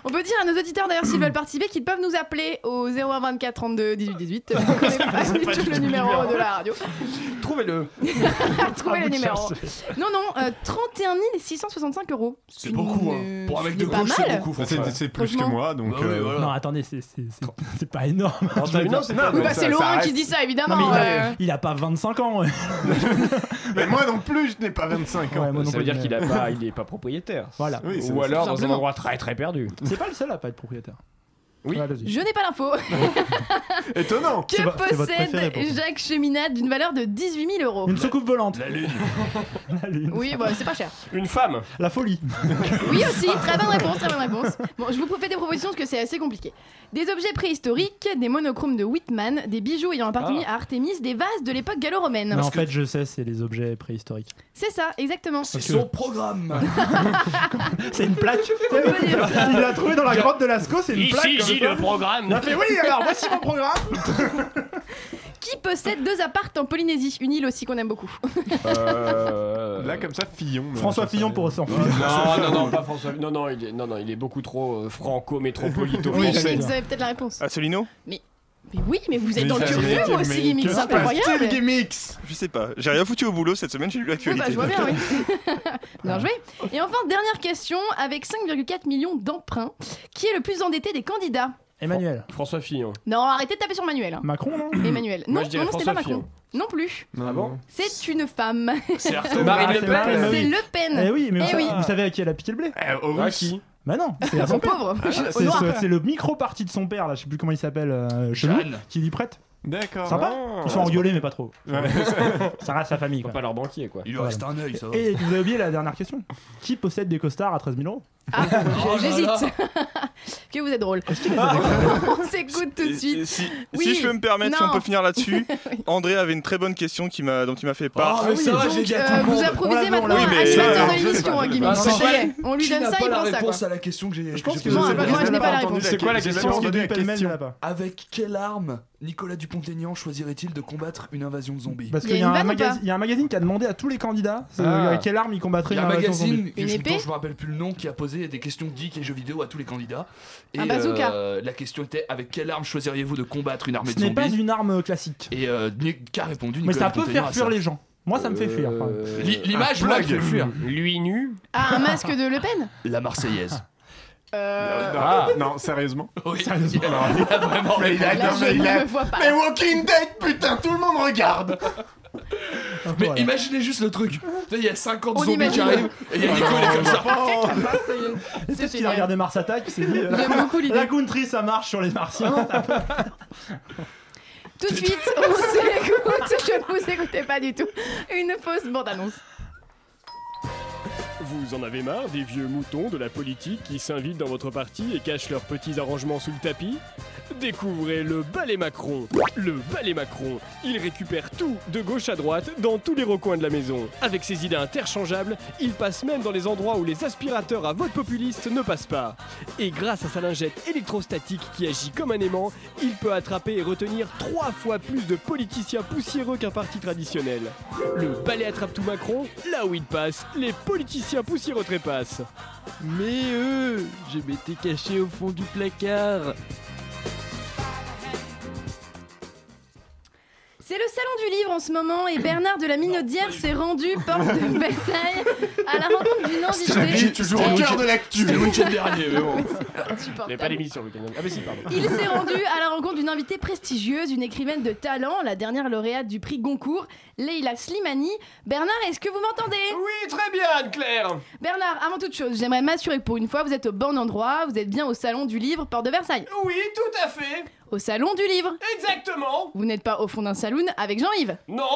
I: On peut dire à nos auditeurs d'ailleurs s'ils veulent participer qu'ils peuvent nous appeler au 01 24 32 18 18. On connaît pas du tout le numéro de la radio.
S: Trouvez-le.
I: Trouvez
S: À
I: le
S: vous de
I: numéro.
S: chercher.
I: Non, non, euh, 31 665 euros.
J: C'est beaucoup, hein. Pour un mec de
I: c'est pas
J: gauche,
I: mal.
J: c'est beaucoup.
B: Bah,
S: C'est-
J: François.
S: c'est plus que
J: Franchement.
S: moi, donc, Bah oui, euh, voilà.
A: Non, attendez, c'est- c'est c'est- c'est pas énorme.
S: Non,
A: Je veux
S: non,
A: dire.
S: c'est pas- Oui, bah,
I: c'est Laurent qui dit ça, évidemment, euh.
A: Non, mais il, a,
I: ouais.
A: il a pas 25 ans.
S: mais moi non plus, je n'ai pas 25
A: ans.
M: ça veut dire qu'il n'est pas, il est pas propriétaire.
A: Voilà. Oui, c'est-
M: Ou alors
A: tout
M: dans un
A: simplement.
M: endroit très très perdu.
A: C'est pas le seul à pas être propriétaire.
M: Oui.
I: Je n'ai pas l'info.
S: Étonnant.
I: Que possède Jacques Cheminade d'une valeur de 18 000 euros
A: Une soucoupe volante. La
M: lune.
I: Oui, bah, c'est pas cher.
M: Une femme.
A: La folie.
I: Oui aussi, très bonne réponse, très bonne réponse. Bon, je vous fais des propositions parce que c'est assez compliqué. Des objets préhistoriques, des monochromes de Whitman, des bijoux ayant appartenu
A: Ah.
I: à Artémis, des vases de l'époque gallo-romaine.
A: Non, en fait, je sais, c'est les objets préhistoriques.
I: C'est ça, exactement.
A: C'est Parce que- son
I: programme.
A: C'est une plaque.
I: peut dire ça.
A: Il l'a trouvé dans la grotte de Lascaux, c'est une
M: Ici,
A: plaque. comme
M: j'ai
A: ça.
M: le programme.
A: Il a fait oui, alors voici mon programme.
I: Qui possède deux appartes en Polynésie, une île aussi qu'on aime beaucoup.
S: Là, comme ça, Fillon. euh,
A: François
S: ça
A: Fillon
S: serait-
A: pour s'en
M: Non, non, non, pas François. Non, non, il est, non, non, il est beaucoup trop euh, franco-métropolito-français.
I: vous avez peut-être la réponse.
T: Asselineau
I: Mais, mais oui, mais vous êtes
T: Mais
I: dans le
T: ça,
I: curieux,
T: c'est
I: moi aussi,
T: Gimmicks.
I: Gimmicks, c'est incroyable.
T: Je sais pas, j'ai rien foutu au boulot cette semaine, j'ai lu
I: Oui, bah,
T: l'actualité.
I: je vois bien, oui. Bien joué. Et enfin, dernière question, avec 5,4 millions d'emprunts, qui est le plus endetté des candidats
A: Emmanuel.
M: François Fillon.
I: Non, arrêtez de taper sur Manuel. hein.
A: Macron, non
I: Emmanuel. Non,
M: Moi, je dirais
I: non, c'était pas
M: François
I: Macron. Non plus.
A: Ah bon
I: C'est une femme. Bah,
M: C'est
A: Arthur Marine
M: Marine
A: Le Pen.
M: Le Pen.
A: bah
I: C'est Le Pen.
A: Eh oui, mais vous,
I: Eh
A: sa-
I: oui.
A: vous savez à qui elle a piqué le blé
J: Eh,
M: Au
A: Russe.
M: qui
A: Bah non, c'est à
I: Son
A: son père.
I: pauvre.
A: Ah,
I: Au
A: C'est
I: noir.
A: ce- c'est le micro-parti de son père, là, je sais plus comment il s'appelle, euh, chez nous,
M: Jeanne.
A: qui lui prête.
S: D'accord.
A: Sympa
S: Ah.
A: Ils sont engueulés, mais pas trop.
S: Ouais.
A: Ça reste la famille. Quoi.
M: Pas leur banquier, quoi.
A: Il
J: lui reste un œil, ça va.
A: Et vous avez oublié la dernière question. Qui possède des costards à 13 000 euros
T: Oh
I: Je- J'hésite. que vous êtes drôle. On s'écoute tout de suite.
T: Si,
I: Oui.
T: si je peux me permettre, si
I: Non.
T: on peut finir là-dessus, André avait une très bonne question qui m'a, dont il m'a fait part.
J: Ah, mais ça va,
I: Donc,
J: j'ai gâté
I: euh,
J: tout le
I: vous
J: monde.
I: improvisez
J: Oui,
I: maintenant
T: mais- euh,
I: animateur
T: Ouais,
I: de l'émission, hein, Gimmicks.
J: Ah, c'est
I: Ça y est,
J: vrai.
I: on lui
J: Qui
I: donne
J: n'a
I: ça,
J: pas
I: il
J: la
I: prend ça.
J: réponse
I: quoi.
J: à la question que j'ai. Je
A: pense que
I: vous avez- moi, je n'ai pas la réponse.
A: C'est quoi la question qui est donnée pêle-mêle là-bas
J: Avec quelle arme Nicolas Dupont-Aignan choisirait-il de combattre une invasion de zombies
A: Parce qu'il y, a un magasi- il y a un magazine qui a demandé à tous les candidats euh,
J: Ah.
A: avec quelle arme ils combattraient
J: Il y a un
A: une invasion
J: magazine,
A: zombie.
J: je, je- je me rappelle plus le nom, qui a posé des questions geek et jeux vidéo à tous les candidats. Et
A: Un bazooka.
J: euh, la question était avec quelle arme choisiriez-vous de combattre une armée
A: Ce
J: de
A: n'est
J: zombies
A: pas une arme classique.
J: Et euh, Nick K a répondu
A: Mais
J: Nicolas
A: ça peut
J: Dupont-Aignan
A: faire
J: à
A: fuir
J: ça. Euh,
A: les Ah, gens. Moi, ça me fait fuir. enfin.
J: L'i- L'image,
A: Un
J: moi,
A: plug.
J: je fuir.
M: Lui nu.
I: Ah, un masque de Le Pen
J: La Marseillaise.
I: Euh,
S: Ah, non, sérieusement
J: Sérieusement. Il a vraiment.
S: Mais il a-
I: Ah, Là, je
S: mais il
I: ne
S: a-
I: le vois pas.
S: Mais Walking Dead, putain, tout le monde regarde
J: Mais imaginez juste le truc. Tu sais, Il y a 50
I: On
J: zombies qui
I: imagine. Ah,
J: arrivent et il y a
A: Oh
J: Nico, il est comme ça.
A: Ah, Peut-être qu'il a
I: génial.
A: regardé Mars Attack, il s'est dit euh,
I: J'aime beaucoup l'idée. Ah
A: La country, ça marche sur les martiens. ça peut-
I: Tout de suite, on s'écoute. Je ne vous écoutais pas du tout. Une fausse bande-annonce.
M: Vous en avez marre des vieux moutons de la politique qui s'invitent dans votre parti et cachent leurs petits arrangements sous le tapis Découvrez le ballet Macron. Le ballet Macron. Il récupère tout, de gauche à droite, dans tous les recoins de la maison. Avec ses idées interchangeables, il passe même dans les endroits où les aspirateurs à vote populiste ne passent pas. Et grâce à sa lingette électrostatique qui agit comme un aimant, il peut attraper et retenir trois fois plus de politiciens poussiéreux qu'un parti traditionnel. Le ballet attrape tout Macron, là où il passe, les politiciens poussiéreux trépassent. Mais eux, je m'étais caché au fond du placard.
I: C'est le salon du livre en ce moment et Bernard de la Minaudière s'est rendu porte de Versailles à la rencontre d'une invitée.
S: au cœur de l'actu.
J: C'était le week-end dernier, mais bon.
M: Il n'y pas d'émission le week-end. Ah, mais si, pardon.
I: Il s'est rendu à la rencontre d'une invitée prestigieuse, une écrivaine de talent, la dernière lauréate du prix Goncourt, Leila Slimani. Bernard, est-ce que vous m'entendez
M: Oui, très bien, Anne-Claire.
I: Bernard, avant toute chose, j'aimerais m'assurer que pour une fois, vous êtes au bon endroit, vous êtes bien au salon du livre, porte de Versailles.
M: Oui, tout à fait.
I: Au salon du livre
M: Exactement.
I: Vous n'êtes pas au fond d'un saloon avec Jean-Yves.
M: Non.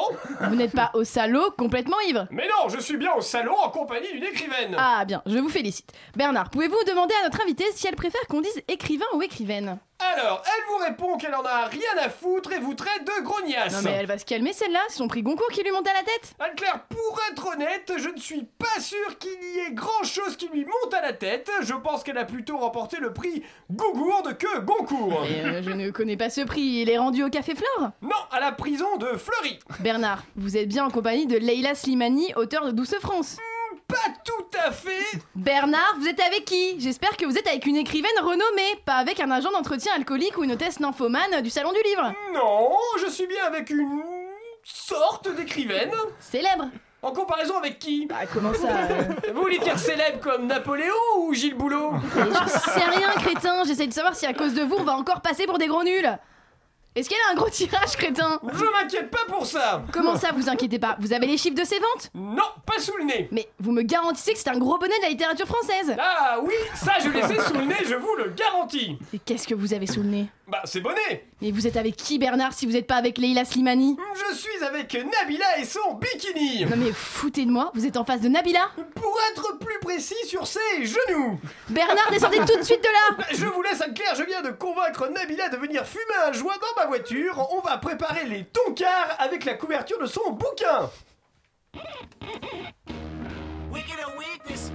I: Vous n'êtes pas au salon complètement ivre.
M: Mais non, je suis bien au salon en compagnie d'une écrivaine.
I: Ah bien, je vous félicite. Bernard, pouvez-vous demander à notre invitée si elle préfère qu'on dise écrivain ou écrivaine
M: Alors, elle vous répond qu'elle en a rien à foutre et vous traite de grognasse.
I: Non mais elle va se calmer celle-là, c'est son prix Goncourt qui lui monte à la tête.
M: Anne-Claire, pour être honnête, je ne suis pas sûr qu'il y ait grand-chose qui lui monte à la tête. Je pense qu'elle a plutôt remporté le prix Gougourde que Goncourt.
I: Mais, euh, je ne connais pas ce prix, il est rendu au Café Flore
M: Non, à la prison de Fleury. Hum,
I: Bernard, vous êtes bien en compagnie de Leila Slimani, auteure de Douce France.
K: pas tout à fait
I: Bernard, vous êtes avec qui J'espère que vous êtes avec une écrivaine renommée, pas avec un agent d'entretien alcoolique ou une hôtesse nymphomane du salon du livre.
M: Hum,
K: Non, je suis bien avec une sorte d'écrivaine.
I: Célèbre. Ah,
K: En comparaison avec qui Bah
I: comment ça euh
K: Vous voulez dire célèbre comme Napoléon ou Gilles Boulot
I: Je sais rien, crétin, j'essaie de savoir si à cause de vous on va encore passer pour des gros nuls. Est-ce qu'elle a un gros tirage, crétin
K: Je m'inquiète pas pour ça
I: Comment ça, vous inquiétez pas Vous avez les chiffres de ses ventes
K: Non, pas sous le nez
I: Mais vous me garantissez que c'est un gros bonnet de la littérature française
K: Ah oui, ça je les ai sous le nez, je vous le garantis
I: Et qu'est-ce que vous avez sous le nez
K: Bah c'est bonnet
I: Mais vous êtes avec qui, Bernard, si vous n'êtes pas avec Leila Slimani
K: Je suis avec Nabila et son bikini
I: Non mais foutez de moi, vous êtes en face de Nabila
K: Pour être plus précis sur ses genoux
I: Bernard, descendez tout de suite de là
K: Je vous laisse à clair, je viens de convaincre Nabila de venir fumer un joint dans ma voiture. On va préparer les toncars avec la couverture de son bouquin.
U: Wicked or weakness,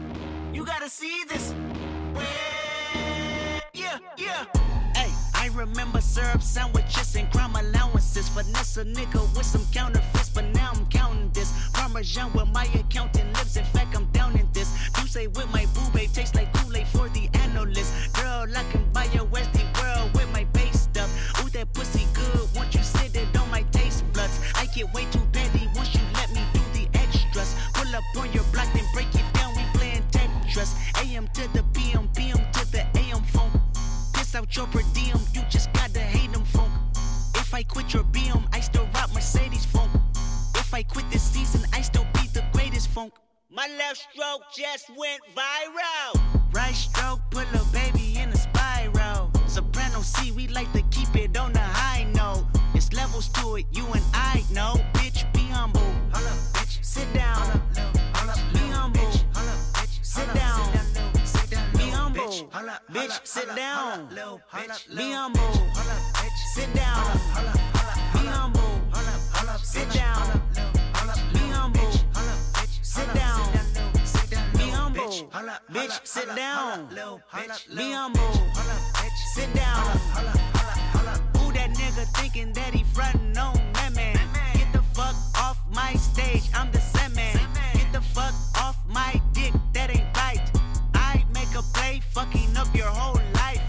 U: you gotta see this. Yeah, yeah. Hey, I remember syrup sandwiches and crime allowances. Finesse a nigga with some counterfeits, but now I'm counting this. Parmesan with my accountant lips, in fact, I'm down in this. You say with my boo babe, tastes like Kool Aid for the analyst. Girl, I can buy your Westie world with my base stuff. Ooh, that pussy good, once you sit it on my taste buds. I get way too petty once you let me do the extras. Pull up on your block, then break it down. We playing Tetris. AM to the PM, PM to the AM phone. Piss out your per diem, you just gotta hate them funk. If I quit your BM, I still rock Mercedes funk. If I quit this season, I still be the greatest funk. My left stroke just went viral. Right stroke put a baby in a spiral. Soprano C, we like to keep it on the high note. It's levels to it, you and I know. Bitch, be humble. Hold up, bitch. Sit down. Hold up, little, hold up, be humble. Bitch. Hold up, bitch. Sit down. Sit down, be humble. Bitch, sit down. Be humble. Sit down. Be humble. Sit down. Be humble. Sit down. Be humble. Bitch, sit down. Be humble. Sit down. Who that nigga thinking that he frontin' on that man? Get the fuck off my stage, I'm the Sandman. Get the fuck off my dick, that ain't right. I make a play, fucking up your whole life.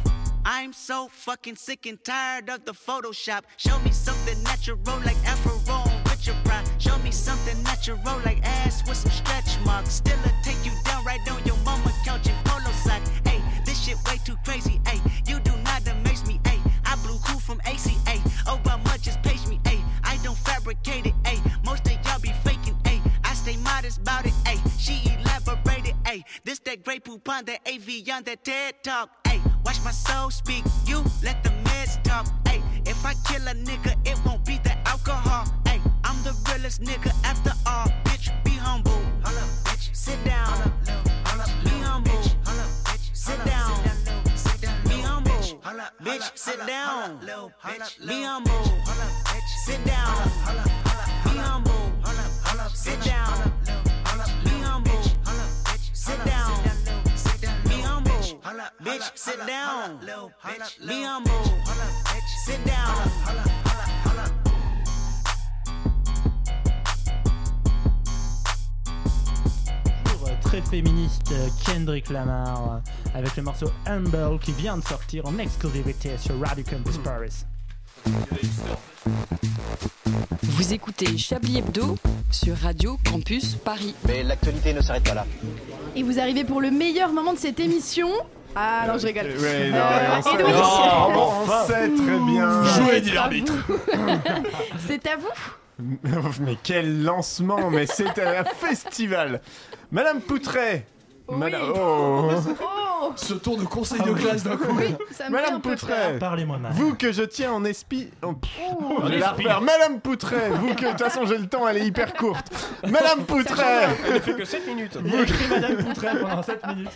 U: I'm so fucking sick and tired of the Photoshop. Show me something natural like Afro and Richard Pryor. Show me something natural like ass with some stretch marks. Still, I take you down right on your mama couch in polo sock. Hey, this shit way too crazy. Hey, you do not amaze me. Hey, I blew cool from ACA. Obama just page me. Hey, I don't fabricate it. Hey, most of y'all be faking. Hey, I stay modest about it. Hey, she elaborated. Hey, this that great poupon, that AV on that TED talk. Hey, watch my soul speak. You let the meds talk. Hey, if I kill a nigga, it won't be the alcohol. Hey, I'm the realest nigga after all. Bitch, be humble. Hold up, bitch. Sit down. Hold up, little, hold up, be humble. Hold up, bitch. Sit down. Be humble. Bitch, sit down. Be humble. Sit down. Be humble. Sit down. Be humble. Sit down. Be humble. Bitch, sit down. Be humble. Sit down.
A: toujours euh, très féministe euh, Kendrick Lamar euh, avec le morceau Humble qui vient de sortir en exclusivité sur Radio Campus Paris.
G: Vous écoutez Chablis Hebdo sur Radio Campus Paris.
D: Mais l'actualité ne s'arrête pas là.
I: Et vous arrivez pour le meilleur moment de cette émission. Ah non, je rigole.
B: Ouais, non,
I: Euh,
B: on sait-
I: Edwige.
B: Non, on sait très bien.
I: Jouez,
B: dit l'arbitre.
I: C'est à vous.
B: mais quel lancement, mais c'est un festival. Madame Poutret. Madame... Oh.
J: Ce tour de conseil de classe d'un coup.
I: ça
B: Madame Poutret,
A: parlez-moi mal.
B: Vous que je tiens en espie. Oh, pff, je vais la
K: espie.
B: refaire. Madame Poutret, vous que de toute façon j'ai le temps, elle est hyper courte. Madame Poutret,
K: Elle ne fait que 7 minutes.
A: Il a écrit Madame Poutret pendant 7 minutes.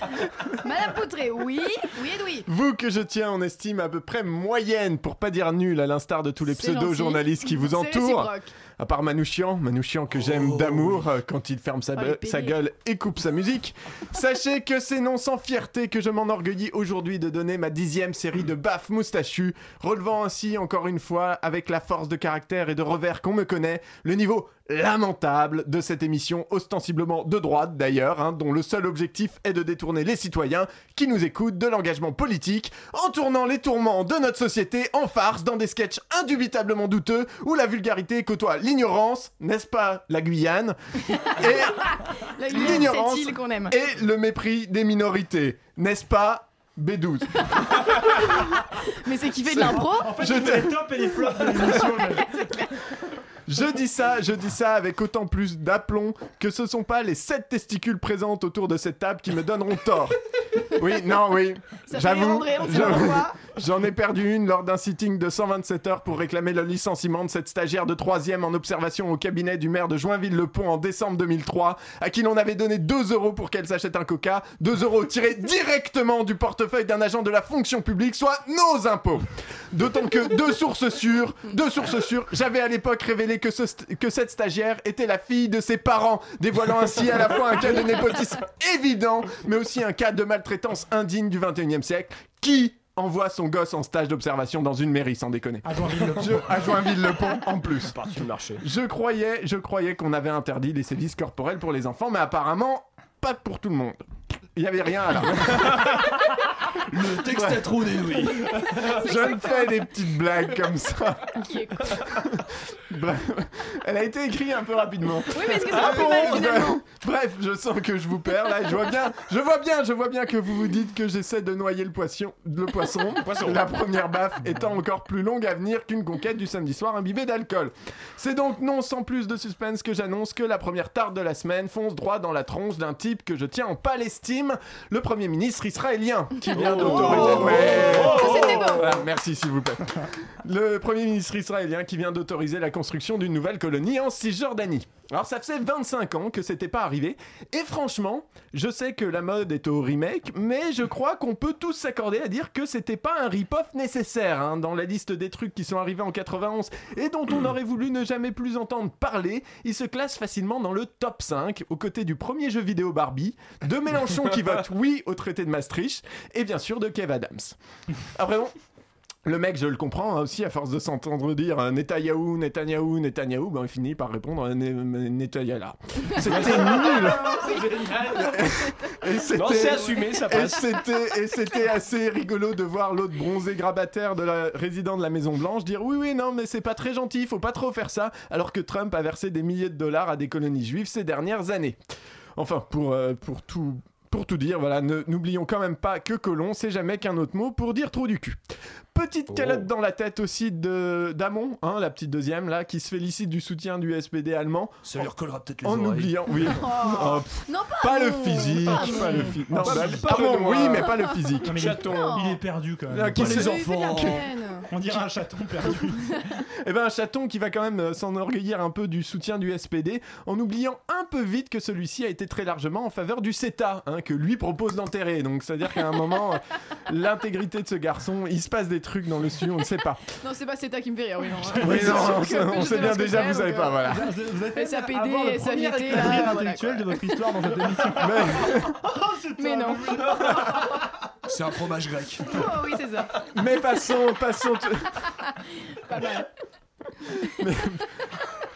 I: Madame Poutré, oui, oui et oui.
B: vous que je tiens en estime à peu près moyenne, pour pas dire nulle, à l'instar de tous les
I: C'est
B: pseudo-journalistes
I: gentil.
B: qui vous
I: C'est
B: entourent.
I: réciproque.
B: À part Manouchian, Manouchian que j'aime d'amour euh, quand il ferme sa,
I: Oh, les
B: be- sa
I: PD.
B: gueule et coupe sa musique. Sachez que c'est non sans fierté que que je m'enorgueillis aujourd'hui de donner ma dixième série de baffes moustachues, relevant ainsi encore une fois, avec la force de caractère et de revers qu'on me connaît, le niveau lamentable de cette émission, ostensiblement de droite d'ailleurs, hein, dont le seul objectif est de détourner les citoyens qui nous écoutent de l'engagement politique, en tournant les tourments de notre société en farce dans des sketchs indubitablement douteux où la vulgarité côtoie l'ignorance, n'est-ce pas la Guyane
I: La Guyane,
B: L'ignorance
I: cette île qu'on aime.
B: et le mépris des minorités, n'est-ce pas B12
I: Mais c'est qui fait de l'impro
B: En fait, Je il fait t'ai- les tops et les flops de l'émission, Je dis ça, je dis ça avec autant plus d'aplomb que ce sont pas les sept testicules présentes autour de cette table qui me donneront tort. Oui, non, oui.
I: Ça fait
B: J'avoue.
I: André, on sait
B: je-
I: pas pourquoi.
B: J'en ai perdu une lors d'un sitting de 127 heures pour réclamer le licenciement de cette stagiaire de 3 en observation au cabinet du maire de Joinville-le-Pont en décembre 2003, à qui l'on avait donné 2 euros pour qu'elle s'achète un coca, 2 euros tirés directement du portefeuille d'un agent de la fonction publique, soit nos impôts. D'autant que deux sources sûres, deux sources sûres, j'avais à l'époque révélé que, ce st- que cette stagiaire était la fille de ses parents, dévoilant ainsi à la fois un cas de népotisme évident, mais aussi un cas de maltraitance indigne du 21e siècle. Qui envoie son gosse en stage d'observation dans une mairie, sans déconner À
A: Joinville-le-Pont.
B: Joinville-le-Pont, en plus. Je croyais, je croyais qu'on avait interdit les sévices corporels pour les enfants, mais apparemment, pas pour tout le monde. Il n'y avait rien à là. Le
J: texte a trop dénoué.
B: Je me fais des petites blagues comme ça. Bref, elle a été écrite un peu rapidement.
J: Oui, mais est-ce que ça
B: Ah
J: va plus mal,
B: bon,
J: finalement
B: Bref, je sens que je vous perds là. Je vois bien, je vois bien, je vois bien que vous vous dites que j'essaie de noyer le poisson. Le poisson.
J: Poisson.
B: La première baffe étant encore plus longue à venir qu'une conquête du samedi soir imbibée d'alcool. C'est donc non sans plus de suspense que j'annonce que la première tarte de la semaine fonce droit dans la tronche d'un type que je tiens en Palestine, le premier ministre israélien, qui vient d'autoriser.
J: Oh.
B: Ouais.
J: Ça, c'était beau.
M: Oh. Ah,
B: Voilà, merci s'il vous plaît. Le Premier ministre israélien qui vient d'autoriser la construction d'une nouvelle colonie en Cisjordanie. Alors ça faisait 25 ans que c'était pas arrivé et franchement, je sais que la mode est au remake, mais je crois qu'on peut tous s'accorder à dire que c'était pas un rip-off nécessaire hein. dans la liste des trucs qui sont arrivés en 91 et dont on aurait voulu ne jamais plus entendre parler. Il se classe facilement dans le top 5 aux côtés du premier jeu vidéo Barbie, de Mélenchon qui vote oui au traité de Maastricht et bien sûr de Kev Adams. Ah, Après bon, le mec, je le comprends hein, aussi, à force de s'entendre dire euh, Netanyahou, Netanyahou, Netanyahou, ben, il finit par répondre euh, Ne- Ne- Netanyahou. C'était nul Et c'était-
K: Non, c'est assumé, ça passe.
B: Et c'était, et c'était assez rigolo de voir l'autre bronzé grabataire de la résident de la Maison Blanche dire oui oui non mais c'est pas très gentil, faut pas trop faire ça, alors que Trump a versé des milliers de dollars à des colonies juives ces dernières années. Enfin pour euh, pour tout pour tout dire, voilà, ne- n'oublions quand même pas que colon, c'est jamais qu'un autre mot pour dire trou du cul. Petite calotte dans la tête aussi de d'Amon, hein, la petite deuxième là, qui se félicite du soutien du SPD allemand. Ça lui recollera peut-être
J: les
B: En
J: oreilles.
B: oubliant, oui.
J: Oh.
B: Oh, pff,
J: Non, pas
B: pas le
J: Hamon,
B: physique,
J: pas
B: pas,
J: Hamon.
B: le physique.
J: Pas
B: Non,
J: Hamon.
B: bah,
J: Pas
B: Hamon,
J: Benoît.
B: oui, mais pas le physique.
A: euh, Non, mais il, est- il est perdu quand même.
B: Ah, qui
A: Pour
B: ces
A: les
B: enfants
A: On dirait un chaton perdu.
B: Eh ben un chaton qui va quand même euh, s'enorgueillir un peu du soutien du SPD en oubliant un peu vite que celui-ci a été très largement en faveur du CETA hein, que lui propose d'enterrer. Donc c'est-à-dire qu'à un moment euh, l'intégrité de ce garçon, il se passe des trucs dans le studio, on ne sait pas.
I: Non, c'est pas CETA qui me fait rire, oui, non. hein.
B: Oui, non, on
I: C'est
B: sait-
I: que
B: on sait
I: je
B: bien
I: sais
B: déjà,
I: ce que
B: vous
I: c'est,
B: savez
I: donc,
B: pas, voilà.
I: euh,
A: Vous avez fait
I: SAPD,
A: avoir le premier
I: SAVT,
A: éclairage
I: là, voilà, quoi.
A: intellectuel de votre histoire dans cette émission.
I: Mais non.
J: C'est un fromage grec.
I: Oh oui, c'est ça.
B: Mais passons, passons. tout-
I: Pas mal.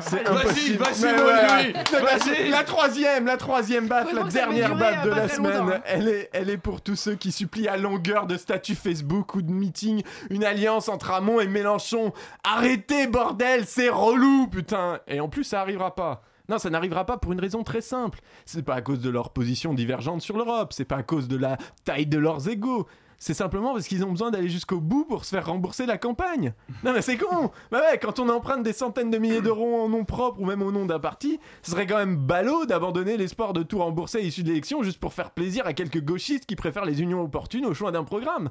B: C'est
J: Vas-y,
B: impossible.
J: vas-y,
B: Mais
J: Moïse,
B: ouais.
J: oui.
B: Non, mais
J: Vas-y.
B: La troisième, la troisième baffe, la
J: que ça avait
B: dernière
J: duré,
B: baffe de
J: euh, pas
B: la
J: très longtemps,
B: semaine.
J: hein.
B: Elle est, elle est pour tous ceux qui supplient à longueur de statut Facebook ou de meeting une alliance entre Hamon et Mélenchon. Arrêtez, bordel, c'est relou, putain. Et en plus, ça arrivera pas. Non, ça n'arrivera pas pour une raison très simple. C'est pas à cause de leur position divergente sur l'Europe, c'est pas à cause de la taille de leurs égaux. C'est simplement parce qu'ils ont besoin d'aller jusqu'au bout pour se faire rembourser la campagne. Non mais c'est con Bah ouais, quand on emprunte des centaines de milliers d'euros en nom propre ou même au nom d'un parti, ce serait quand même ballot d'abandonner l'espoir de tout rembourser à l'issue de l'élection juste pour faire plaisir à quelques gauchistes qui préfèrent les unions opportunes au choix d'un programme.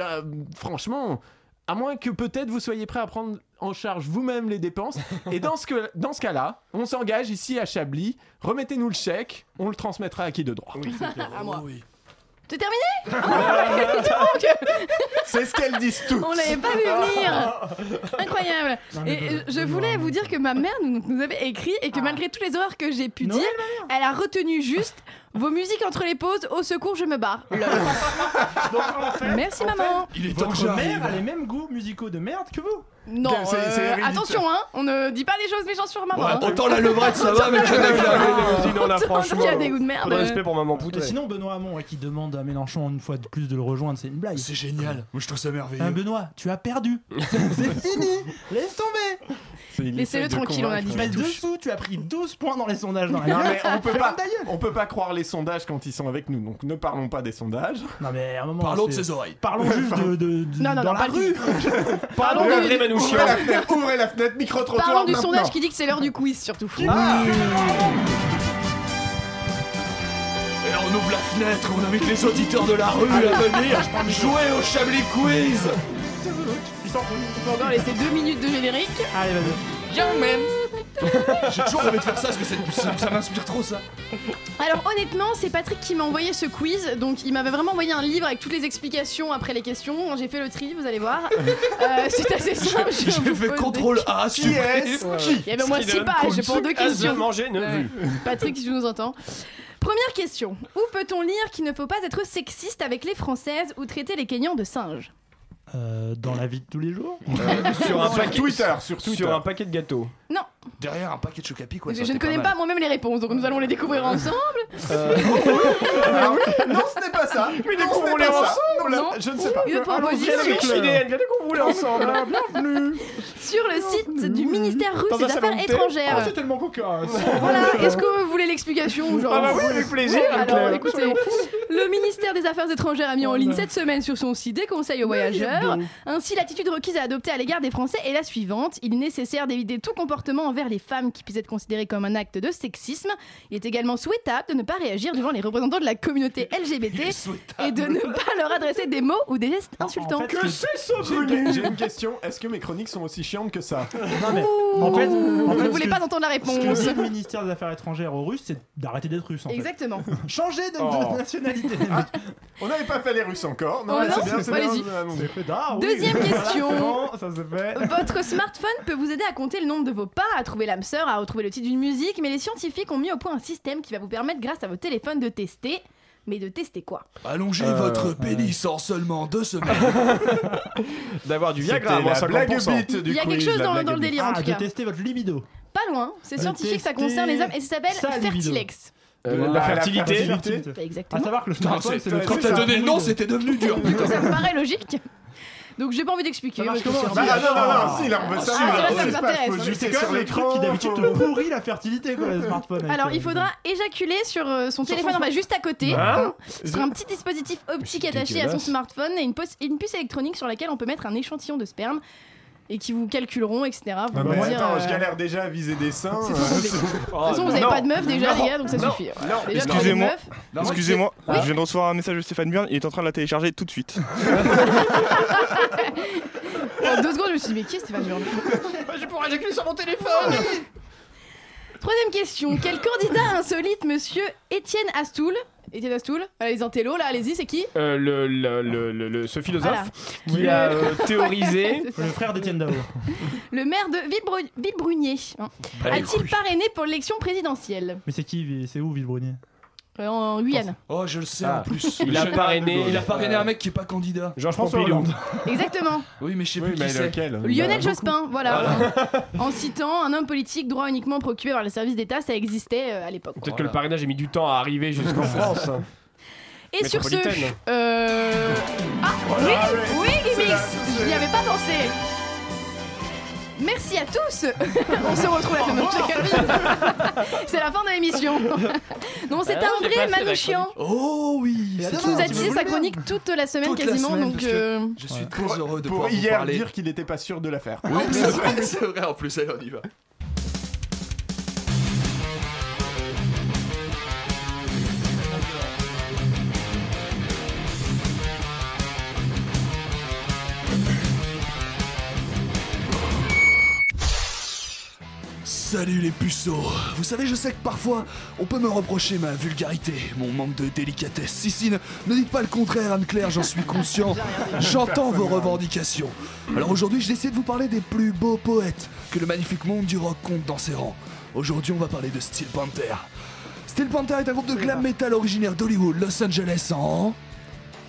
B: Euh, franchement, à moins que peut-être vous soyez prêt à prendre en charge vous-même les dépenses. Et dans ce, que, dans ce cas-là, on s'engage ici à Chablis, remettez-nous le chèque, on le transmettra à qui de droit.
I: À moi. C'est terminé
B: C'est ce qu'elles disent toutes. Ah.
I: On l'avait pas vu venir. Incroyable.
B: Non, mais
I: Et
B: de-
I: euh, je
B: de
I: voulais vous dire que ma mère nous, nous avait écrit et que malgré toutes les horreurs que j'ai pu dire, elle a retenu juste Vos musiques entre les pauses, au secours, je me barre. Lol. Merci maman.
A: Votre mère a les mêmes goûts musicaux de merde que vous.
I: Non,
A: C'est-
I: euh,
A: c'est héréditaire.
I: attention, hein, on ne dit pas des choses méchantes sur maman.
A: Ouais,
I: hein.
A: autant la levrette, ça va, mais que la
K: Vas-y, non, là,
I: Autant
K: franchement.
I: qu'il y a des goûts de merde.
K: Peu
M: bah,
K: de respect pour maman
A: Et
K: poutre.
A: sinon, Benoît Hamon ouais, qui demande à Mélenchon une fois de plus de le rejoindre, c'est une blague. C'est
J: génial. Moi, je trouve ça merveilleux.
A: Benoît, tu as perdu. c'est fini. Laisse tomber.
I: Laissez-le tranquille, on a dit.
A: Tu passes dessous, tu as pris 12 points dans les sondages. Dans la
B: Non
A: gueule.
B: mais on peut
A: Ferme
B: pas,
A: ta gueule.
B: on peut pas croire les sondages quand ils sont avec nous. Donc ne parlons pas des sondages.
A: Non mais à un moment, c'est- Parlons juste de, de- de-
I: Non, non,
A: dans
I: non,
A: la
I: pas lui.
A: rue.
I: Parlons
A: de-
B: André
A: Manouchian.
B: Ouvrez la fenêtre, ouvrez la fenêtre, micro trottoir.
I: Parlons du sondage qui dit que c'est l'heure du quiz, surtout.
J: Et là, on ouvre la fenêtre, on invite les auditeurs de la rue à venir jouer au Chablis Quiz.
I: On va encore laisser deux minutes de générique.
A: Allez,
I: vas-y. Young man.
J: J'ai toujours envie de faire ça parce que c'est- ça, ça m'inspire trop ça.
I: Alors honnêtement, c'est Patrick qui m'a envoyé ce quiz, donc il m'avait vraiment envoyé un livre avec toutes les explications après les questions. J'ai fait le tri, vous allez voir. Euh, c'est assez simple.
J: J'ai
I: je vous
J: fait
I: pose
J: contrôle
I: des- Eh ben,
J: A, supprime.
I: Il y avait au moins
J: Ce qui
I: 6
J: donne
I: pages pour
J: combien
I: deux
J: de
I: questions.
J: manger, ne
I: Ouais.
J: vu.
I: Patrick, si tu nous entends. Première question. Où peut-on lire qu'il ne faut pas être sexiste avec les Françaises ou traiter les Kenyans de singes
A: Euh, dans la vie de tous les jours.
B: Euh, sur un paquet- sur un
K: paquet de gâteaux.
I: Non,
J: Derrière un paquet de chocapi quoi.
I: je ne connais pas, moi-même les réponses, donc nous allons les découvrir
K: Euh.
I: ensemble.
B: non, ce n'est pas ça.
K: Mais
B: Non,
K: découvrons
B: ce n'est
K: les
B: pas ça.
K: ensemble.
B: Non, là,
K: Non.
B: je ne sais pas.
I: Une autre
B: Allons-y
I: proposition.
B: avec le-
K: Chilienne, viens découvrir ensemble. hein. Bienvenue.
I: Sur le site du ministère russe des
K: un salon
I: Affaires
K: de thé.
I: étrangères.
K: Oh, c'est
A: tellement cocasse.
I: Voilà, est-ce que vous voulez l'explication ou genre-
K: Ah bah oui, avec plaisir,
I: Alors
K: Claire.
I: écoutez, le ministère des Affaires étrangères a
B: Oh
I: mis en ligne cette semaine sur son site des conseils aux voyageurs. Ainsi, l'attitude requise à adopter à l'égard des Français est la suivante. Il est nécessaire d'éviter tout comportement envers les femmes qui puisse être considéré comme un acte de sexisme. Il est également souhaitable de ne pas réagir devant les représentants de la communauté LGBT et de ne pas leur adresser des mots ou des gestes insultants.
B: Que c'est ça, Bruni J'ai une question. Est-ce que mes chroniques sont aussi chiantes que ça
A: Non, mais en fait, en
I: vous
A: fait,
I: ne
A: ce
I: voulez
A: que-
I: pas entendre la
A: Ce que
I: réponse.
A: dit le ministère des Affaires étrangères aux Russes, c'est d'arrêter d'être russe. En fait.
I: Exactement.
A: Changer de,
B: Oh.
A: nationalité.
B: On n'avait pas fait les Russes encore.
I: Oh
B: mais
I: non,
B: c'est bien, c'est bien,
I: allez-y.
B: on a annoncé.
I: Deuxième question.
A: Voilà, c'est bon, ça se fait.
I: Votre smartphone peut vous aider à compter le nombre de vos pas, à trouver l'âme sœur, à retrouver le titre d'une musique, mais les scientifiques ont mis au point un système qui va vous permettre, grâce à votre téléphone, de tester. Mais de tester quoi
J: Allongez
K: Euh,
J: votre pénis en seulement deux semaines.
K: D'avoir du
J: C'était
K: Viagra, à moins
J: la blague
K: 50%.
J: bite
I: du Il y a quelque quiz, chose la dans- blague dans le bite. délire, en
A: Ah,
I: tout
A: de
I: cas.
A: tester votre libido.
I: Pas loin, c'est
A: Euh,
I: scientifique, ça
A: tester
I: concerne les hommes et ça s'appelle
A: ça, libido.
I: Fertilex.
B: Euh,
A: De
K: la fertilité.
I: Bah,
A: À
I: Exactement.
A: savoir que le
J: Putain,
A: smartphone,
J: c'est-
A: c'est le
J: quand t'as donné le nom, c'était devenu dur. putain.
I: Ça me paraît logique. Donc j'ai pas envie d'expliquer.
A: marche
I: je suis
A: comment,
I: sûre.
B: Bah,
A: Ah,
B: non, non, non,
A: ah,
B: si, là, on veut
A: ah,
B: savoir.
I: ça, ça
B: Faut
I: nous
B: juste
I: intéresse.
B: pas- faut
I: C'est
B: juste
A: C'est
B: sur
A: quand même le truc
B: l'écran,
A: qui d'habitude
B: faut-
A: te pourrit la fertilité quoi, le smartphone. avec,
I: Alors
A: euh,
I: il faudra éjaculer sur euh, son téléphone, on va juste à côté,
A: Hein
I: sur un petit dispositif optique attaché à son
A: dégueulasse.
I: smartphone et une, puce- une puce électronique sur laquelle on peut mettre un échantillon de sperme et qui vous calculeront, etc. Vous
B: Non,
I: me
B: mais
I: dire,
B: Ah, bah, attends,
I: euh,
B: je galère déjà à viser des seins. euh, Oh,
I: C'est trop compliqué.
B: De toute
I: De toute façon, vous avez pas de meuf déjà, les gars, donc ça suffit. Voilà. Déjà, vous avez
R: Excusez-moi,
I: des meufs.
R: excusez-moi, je viens de recevoir un message de Stéphane Bern, il est en train de la télécharger tout de suite.
I: En Euh, deux secondes, je me suis dit, mais qui est Stéphane Bern
K: Je pourrais éjaculer sur mon téléphone.
I: Troisième question. Quel candidat insolite, monsieur Étienne Astoul Étienne Astoul Allez, les intellos, là, allez-y, c'est qui
K: Euh, le, le- le- le- le- ce philosophe
I: Voilà.
K: qui a euh, théorisé.
I: C'est ça.
A: Le frère d'Étienne Dao.
I: Le maire de Villebru- Villebrunier. hein.
A: Allez,
I: A-t-il parrainé pour l'élection présidentielle
A: Mais c'est qui C'est où Villebrunier
I: Euh, En Guyane.
J: Oh, je le sais
K: Ah.
J: en plus.
K: Il a
J: Je-
K: parrainé-
J: Il a parrainé
K: euh,
J: un mec qui est pas candidat.
K: Georges
J: François
K: Pompidou.
J: Hollande.
I: Exactement.
J: Oui, mais je sais plus qui
B: mais
J: c'est.
B: lequel
I: Lionel Jospin, voilà. en citant un homme politique droit uniquement procuré par les services d'État, ça existait euh, à l'époque. quoi.
K: Peut-être que le parrainage a mis du temps à arriver jusqu'en France. hein.
I: Et sur ce,
K: Métropolitaine.
I: euh... ah
K: Voilà,
I: oui,
K: ouais.
I: oui,
K: C'est
I: Gimmicks,
K: la-
I: je n'y avais pas pensé. Merci à tous. On se retrouve la semaine prochaine. C'est la fin de l'émission. Non, c'est
J: Ah,
I: à
J: j'ai pas
I: André
J: fait la
I: Manouchian
J: Oh oui c'est
I: qui nous
J: toi.
I: a dit sa chronique toute la semaine
J: Toute la
I: quasiment.
J: semaine,
I: donc,
J: parce que
I: euh,
J: Je suis très heureux de
B: Pour
J: pouvoir vous
B: hier
J: parler.
B: dire qu'il n'était pas sûr de la faire.
J: Oui, c'est vrai, c'est vrai, en plus, allez, on y va. Salut les puceaux Vous savez, je sais que parfois, on peut me reprocher ma vulgarité, mon manque de délicatesse. Si, si, ne, ne dites pas le contraire, Anne-Claire, j'en suis conscient. J'entends vos revendications. Alors aujourd'hui, je décide de vous parler des plus beaux poètes que le magnifique monde du rock compte dans ses rangs. Aujourd'hui, on va parler de Steel Panther. Panther est un groupe de glam metal originaire d'Hollywood, Los Angeles, en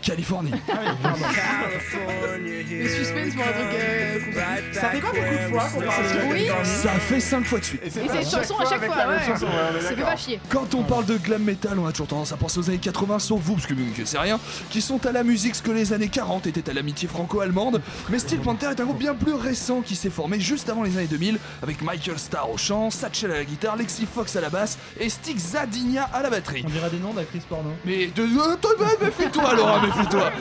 J: Californie.
I: Le suspense pour un truc. euh, qu'on-
B: Ça fait pas beaucoup de fois qu'on parle de
I: Oui.
J: Ça fait 5 fois de suite.
I: Et c'est Et c'est chaque chanson à fois chaque avec fois, la même ouais. chanson, ouais, on est Ça fait d'accord. pas chier.
J: Quand on parle de glam metal, on a toujours tendance à penser aux années 80, sauf vous, parce que vous ne c'est rien, qui sont à la musique ce que les années 40 étaient à l'amitié franco-allemande. Mais Steel Panther est un groupe bien plus récent qui s'est formé juste avant les années 2000, avec Michael Starr au chant, Satchel à la guitare, Lexi Fox à la basse et Stig Zadina à la batterie. On dirait des noms d'actrices porno. Mais de. euh, toi, bah, mais fais-toi, Laura, mais fais-toi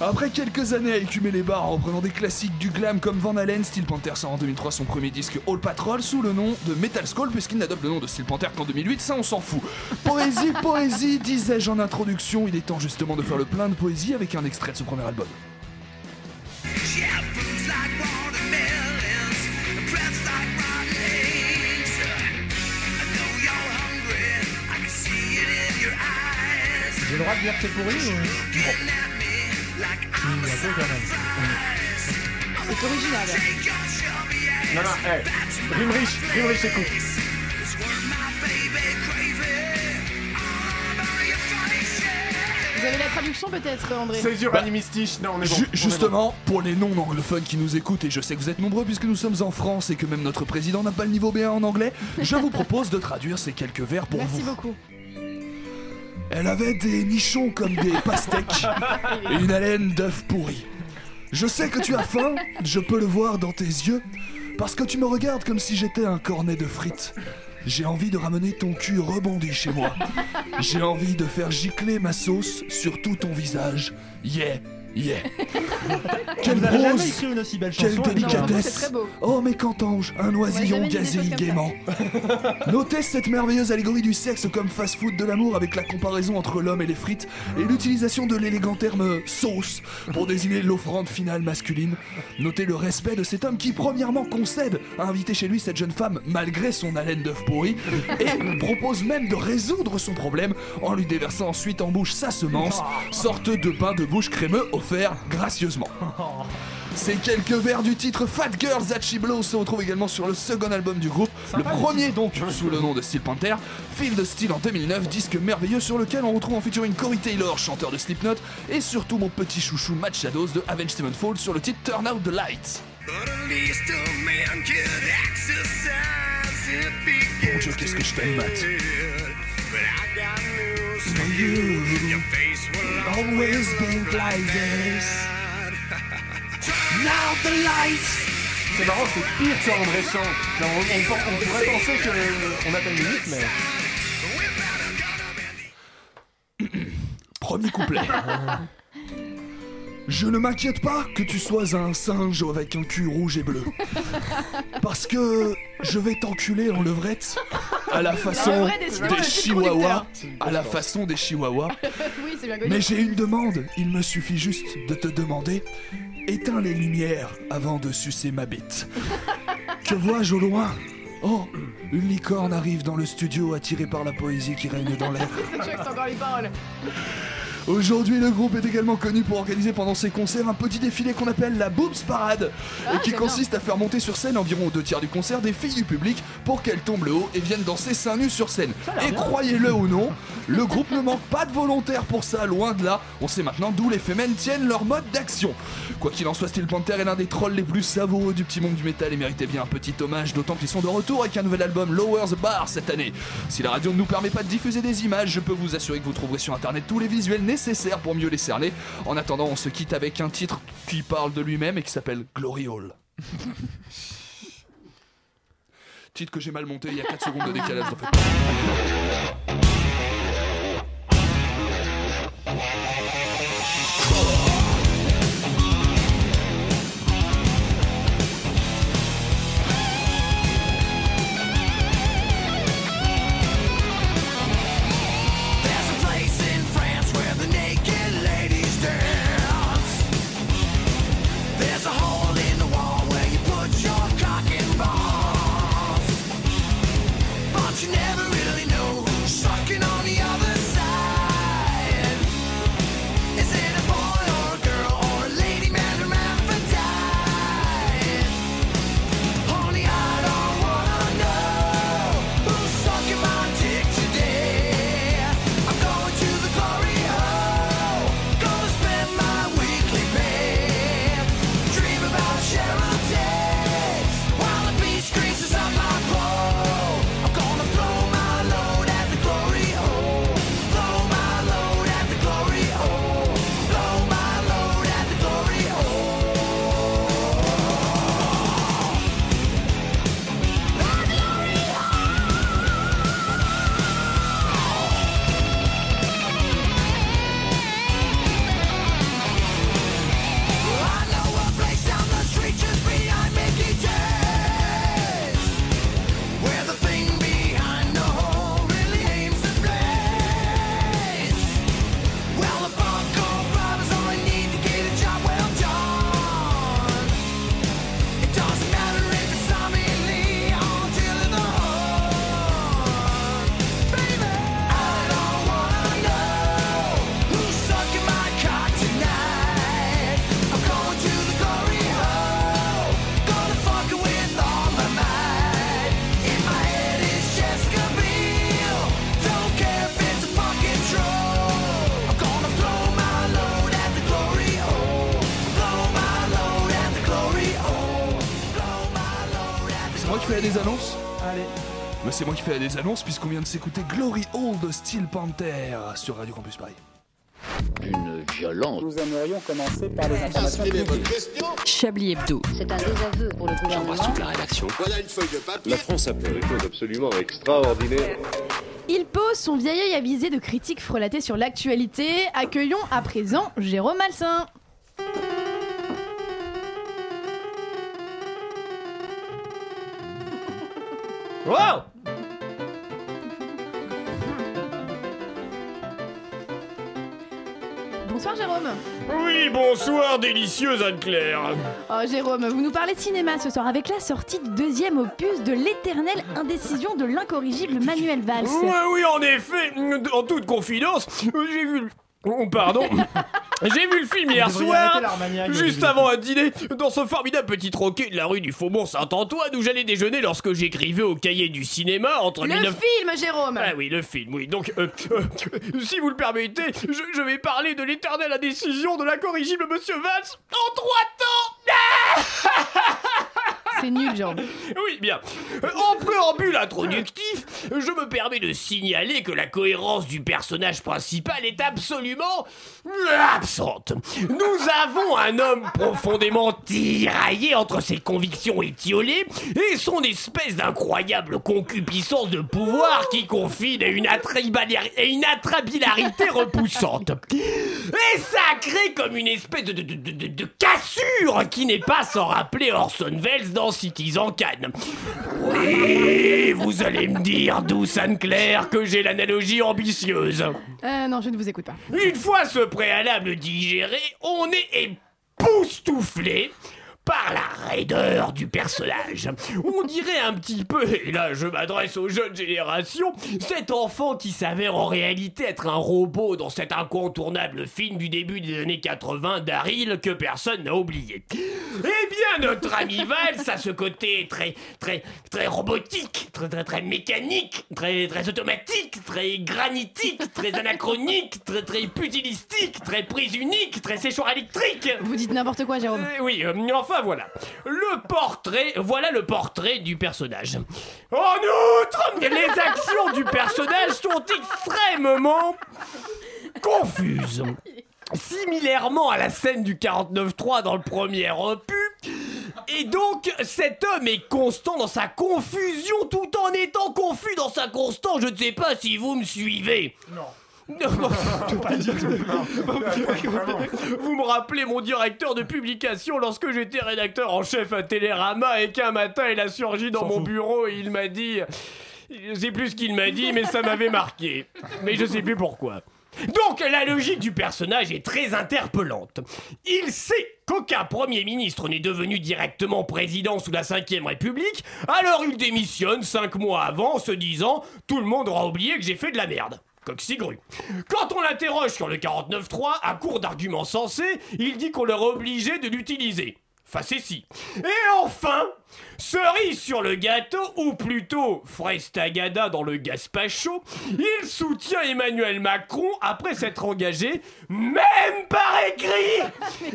J: après quelques années à écumer les bars en reprenant des classiques du glam comme Van Halen, Steel Panther sort en 2003 son premier disque All Patrol sous le nom de Metal Skull puisqu'il n'adopte le nom de Steel Panther qu'en 2008, ça on s'en fout. Poésie, poésie, disais-je en introduction, il est temps justement de faire le plein de poésie avec un extrait de ce premier album.
A: J'ai le droit de dire que c'est pourri ou... Bon. un peu quand
B: C'est original. Non, non, eh, Rime riche, rime riche, écoute.
I: Vous avez la traduction peut-être, André
B: C'est dur, animistich, non, on est bon.
J: Bah, Ju-
B: on est
J: justement, pour les non-anglophones qui nous écoutent, et je sais que vous êtes nombreux puisque nous sommes en France et que même notre président n'a pas le niveau B1 en anglais, je vous propose de traduire ces quelques vers pour
I: Merci
J: vous.
I: beaucoup.
J: Elle avait des nichons comme des pastèques et une haleine d'œufs pourris. Je sais que tu as faim, je peux le voir dans tes yeux, parce que tu me regardes comme si j'étais un cornet de frites. J'ai envie de ramener ton cul rebondi chez moi. J'ai envie de faire gicler ma sauce sur tout ton visage. Yeah, yeah. Quelle
A: Vous avez jamais
J: prose,
A: écrit une aussi belle
J: quelle
A: chanson, hein. Alexandre. Non, c'est
J: délicatesse.
A: très beau.
J: Oh mes cantanges, un
A: On
J: noisillon
A: m'a jamais dit des choses
J: gazéille
A: comme ça.
J: gaiement. Notez cette merveilleuse allégorie du sexe comme fast-food de l'amour avec la comparaison entre l'homme et les frites et l'utilisation de l'élégant terme sauce pour désigner l'offrande finale masculine. Notez le respect de cet homme qui premièrement concède à inviter chez lui cette jeune femme malgré son haleine d'œuf pourri et propose même de résoudre son problème en lui déversant ensuite en bouche sa semence, sorte de pain de bouche crémeux offert gracieusement. Ces quelques vers du titre Fat Girls at Chiblo se retrouvent également sur le second album du groupe, le premier donc sous le nom de Steel Panther, Field of Steel en 2009, disque merveilleux sur lequel on retrouve en featuring Corey Taylor, chanteur de Slipknot, et surtout mon petit chouchou Matt Shadows de Avenged Sevenfold sur le titre Turn Out the Lights.
S: least a man could exercise it
J: Mon Dieu, qu'est-ce que je t'aime, Matt
S: But I got news
J: for you. Your
S: face will
J: always be like this.
S: Now the lights.
B: Oh, C'est marrant, c'est pire sur André Chan. Non, on, on- on pourrait penser qu'on appelle une mythe, mais.
J: Premier couplet. Je ne m'inquiète pas que tu sois un singe avec un cul rouge et bleu. Parce que je vais t'enculer en levrette à la
I: La
J: façon
I: levrette, décidément, le
J: des
I: titre
J: chihuahuas.
I: conducteur.
J: À la façon des chihuahuas.
I: oui, c'est bien connu.
J: Mais j'ai une demande, il me suffit juste de te demander. Éteins les lumières avant de sucer ma bite. Que vois-je au loin Oh, une licorne arrive dans le studio attirée par la poésie qui règne dans l'air.
I: C'est chaud que c'est encore les paroles.
J: Aujourd'hui, le groupe est également connu pour organiser pendant ses concerts un petit défilé qu'on appelle la Boobs Parade
I: Ah,
J: et qui
I: j'aime
J: consiste à faire monter sur scène environ aux deux tiers du concert des filles du public pour qu'elles tombent le haut et viennent danser seins nus sur scène. Et croyez-le ou non, le groupe ne manque pas de volontaires pour ça, loin de là. On sait maintenant d'où les femmes tiennent leur mode d'action. Quoi qu'il en soit, Steel Panther est l'un des trolls les plus savoureux du petit monde du métal et méritait bien un petit hommage, d'autant qu'ils sont de retour avec un nouvel album Lower the Bar cette année. Si la radio ne nous permet pas de diffuser des images, je peux vous assurer que vous trouverez sur internet tous les visuels nécessaires pour mieux les cerner. En attendant, on se quitte avec un titre qui parle de lui-même et qui s'appelle Glory Hall. titre que j'ai mal monté, il y a 4 secondes de décalage en fait.
S: There's a place in France where the naked ladies dance. There's a hole in the wall where you put your cock and balls. But you never really know who's
J: annonces
A: Allez.
J: Mais Bah, c'est moi qui fais des annonces puisqu'on vient de s'écouter Glory Hall de Steel Panther sur Radio Campus Paris.
C: Une violence.
D: Nous aimerions commencer par les informations
G: Chablis Hebdo. C'est un désaveu pour le gouvernement.
C: la rédaction.
D: Voilà une feuille de papier.
C: La France a fait des choses absolument extraordinaires.
I: Il pose son vieil œil avisé de critiques frelatées sur l'actualité. Accueillons à présent Jérôme Malsain.
K: Wow
I: Bonsoir Jérôme.
K: Oui, bonsoir, délicieuse Anne-Claire.
I: Oh Jérôme, vous nous parlez de cinéma ce soir avec la sortie du deuxième opus de l'éternelle indécision de l'incorrigible Manuel Valls.
K: Oui, oui, en effet, en toute confidence, j'ai vu le... Oh, Pardon J'ai vu le film hier
A: Vous devriez
K: soir,
A: arrêter l'Armagnac, hein,
K: juste
A: Olivier.
K: avant un dîner, dans ce formidable petit troquet de la rue du Faubourg Saint-Antoine où j'allais déjeuner lorsque j'écrivais au cahier du cinéma entre
I: Le
K: 19...
I: film Jérôme
K: Ah oui, le film, oui. Donc, euh, euh, si vous le permettez, je, je vais parler de l'éternelle indécision de l'incorrigible Monsieur Valls en trois temps Ah
I: C'est nul Jérôme.
K: Oui, bien. Euh, En préambule introductif, je me permets de signaler que la cohérence du personnage principal est absolument absente. Nous avons un homme profondément tiraillé entre ses convictions étiolées et son espèce d'incroyable concupiscence de pouvoir qui confine à une, attribali- à une attrabilarité repoussante. Et sacré comme une espèce de, de- de- de- de cassure qui n'est pas sans rappeler Orson Welles dans Citizen Cannes. Oui, vous allez me dire, douce Anne-Claire, que j'ai l'analogie ambitieuse.
I: Euh, non, je ne vous écoute pas.
K: Une fois ce préalable digéré, on est époustouflé par la raideur du personnage. On dirait un petit peu, et là je m'adresse aux jeunes générations, cet enfant qui s'avère en réalité être un robot dans cet incontournable film du début des années 80 d'Aril que personne n'a oublié. Eh bien notre ami Valls a ce côté très très très robotique, très très très mécanique, très très automatique, très granitique, très anachronique, très très putilistique, très prise unique, très séchoir électrique.
I: Vous dites n'importe quoi Jérôme.
K: Euh, oui, euh, enfin voilà. Le portrait, voilà le portrait du personnage. En outre, les actions du personnage sont extrêmement confuses. Similairement à la scène du 49.3 dans le premier opus. Et donc, cet homme est constant dans sa confusion tout en étant confus dans sa constance. Je ne sais pas si vous me suivez.
A: Non.
K: pas du tout. Vous me rappelez mon directeur de publication lorsque j'étais rédacteur en chef à Télérama et qu'un matin il a surgi dans mon bureau et il m'a dit. Je sais plus ce qu'il m'a dit, mais ça m'avait marqué. Mais je sais plus pourquoi. Donc la logique du personnage est très interpellante. Il sait qu'aucun Premier ministre n'est devenu directement président sous la Ve République, alors il démissionne cinq mois avant en se disant « Tout le monde aura oublié que j'ai fait de la merde ». Coxigru. Quand on l'interroge sur le 49.3, à court d'arguments sensés, il dit qu'on leur est obligé de l'utiliser. Facétie. Et enfin, cerise sur le gâteau, ou plutôt frestagada dans le gaspacho, il soutient Emmanuel Macron après s'être engagé, même par écrit,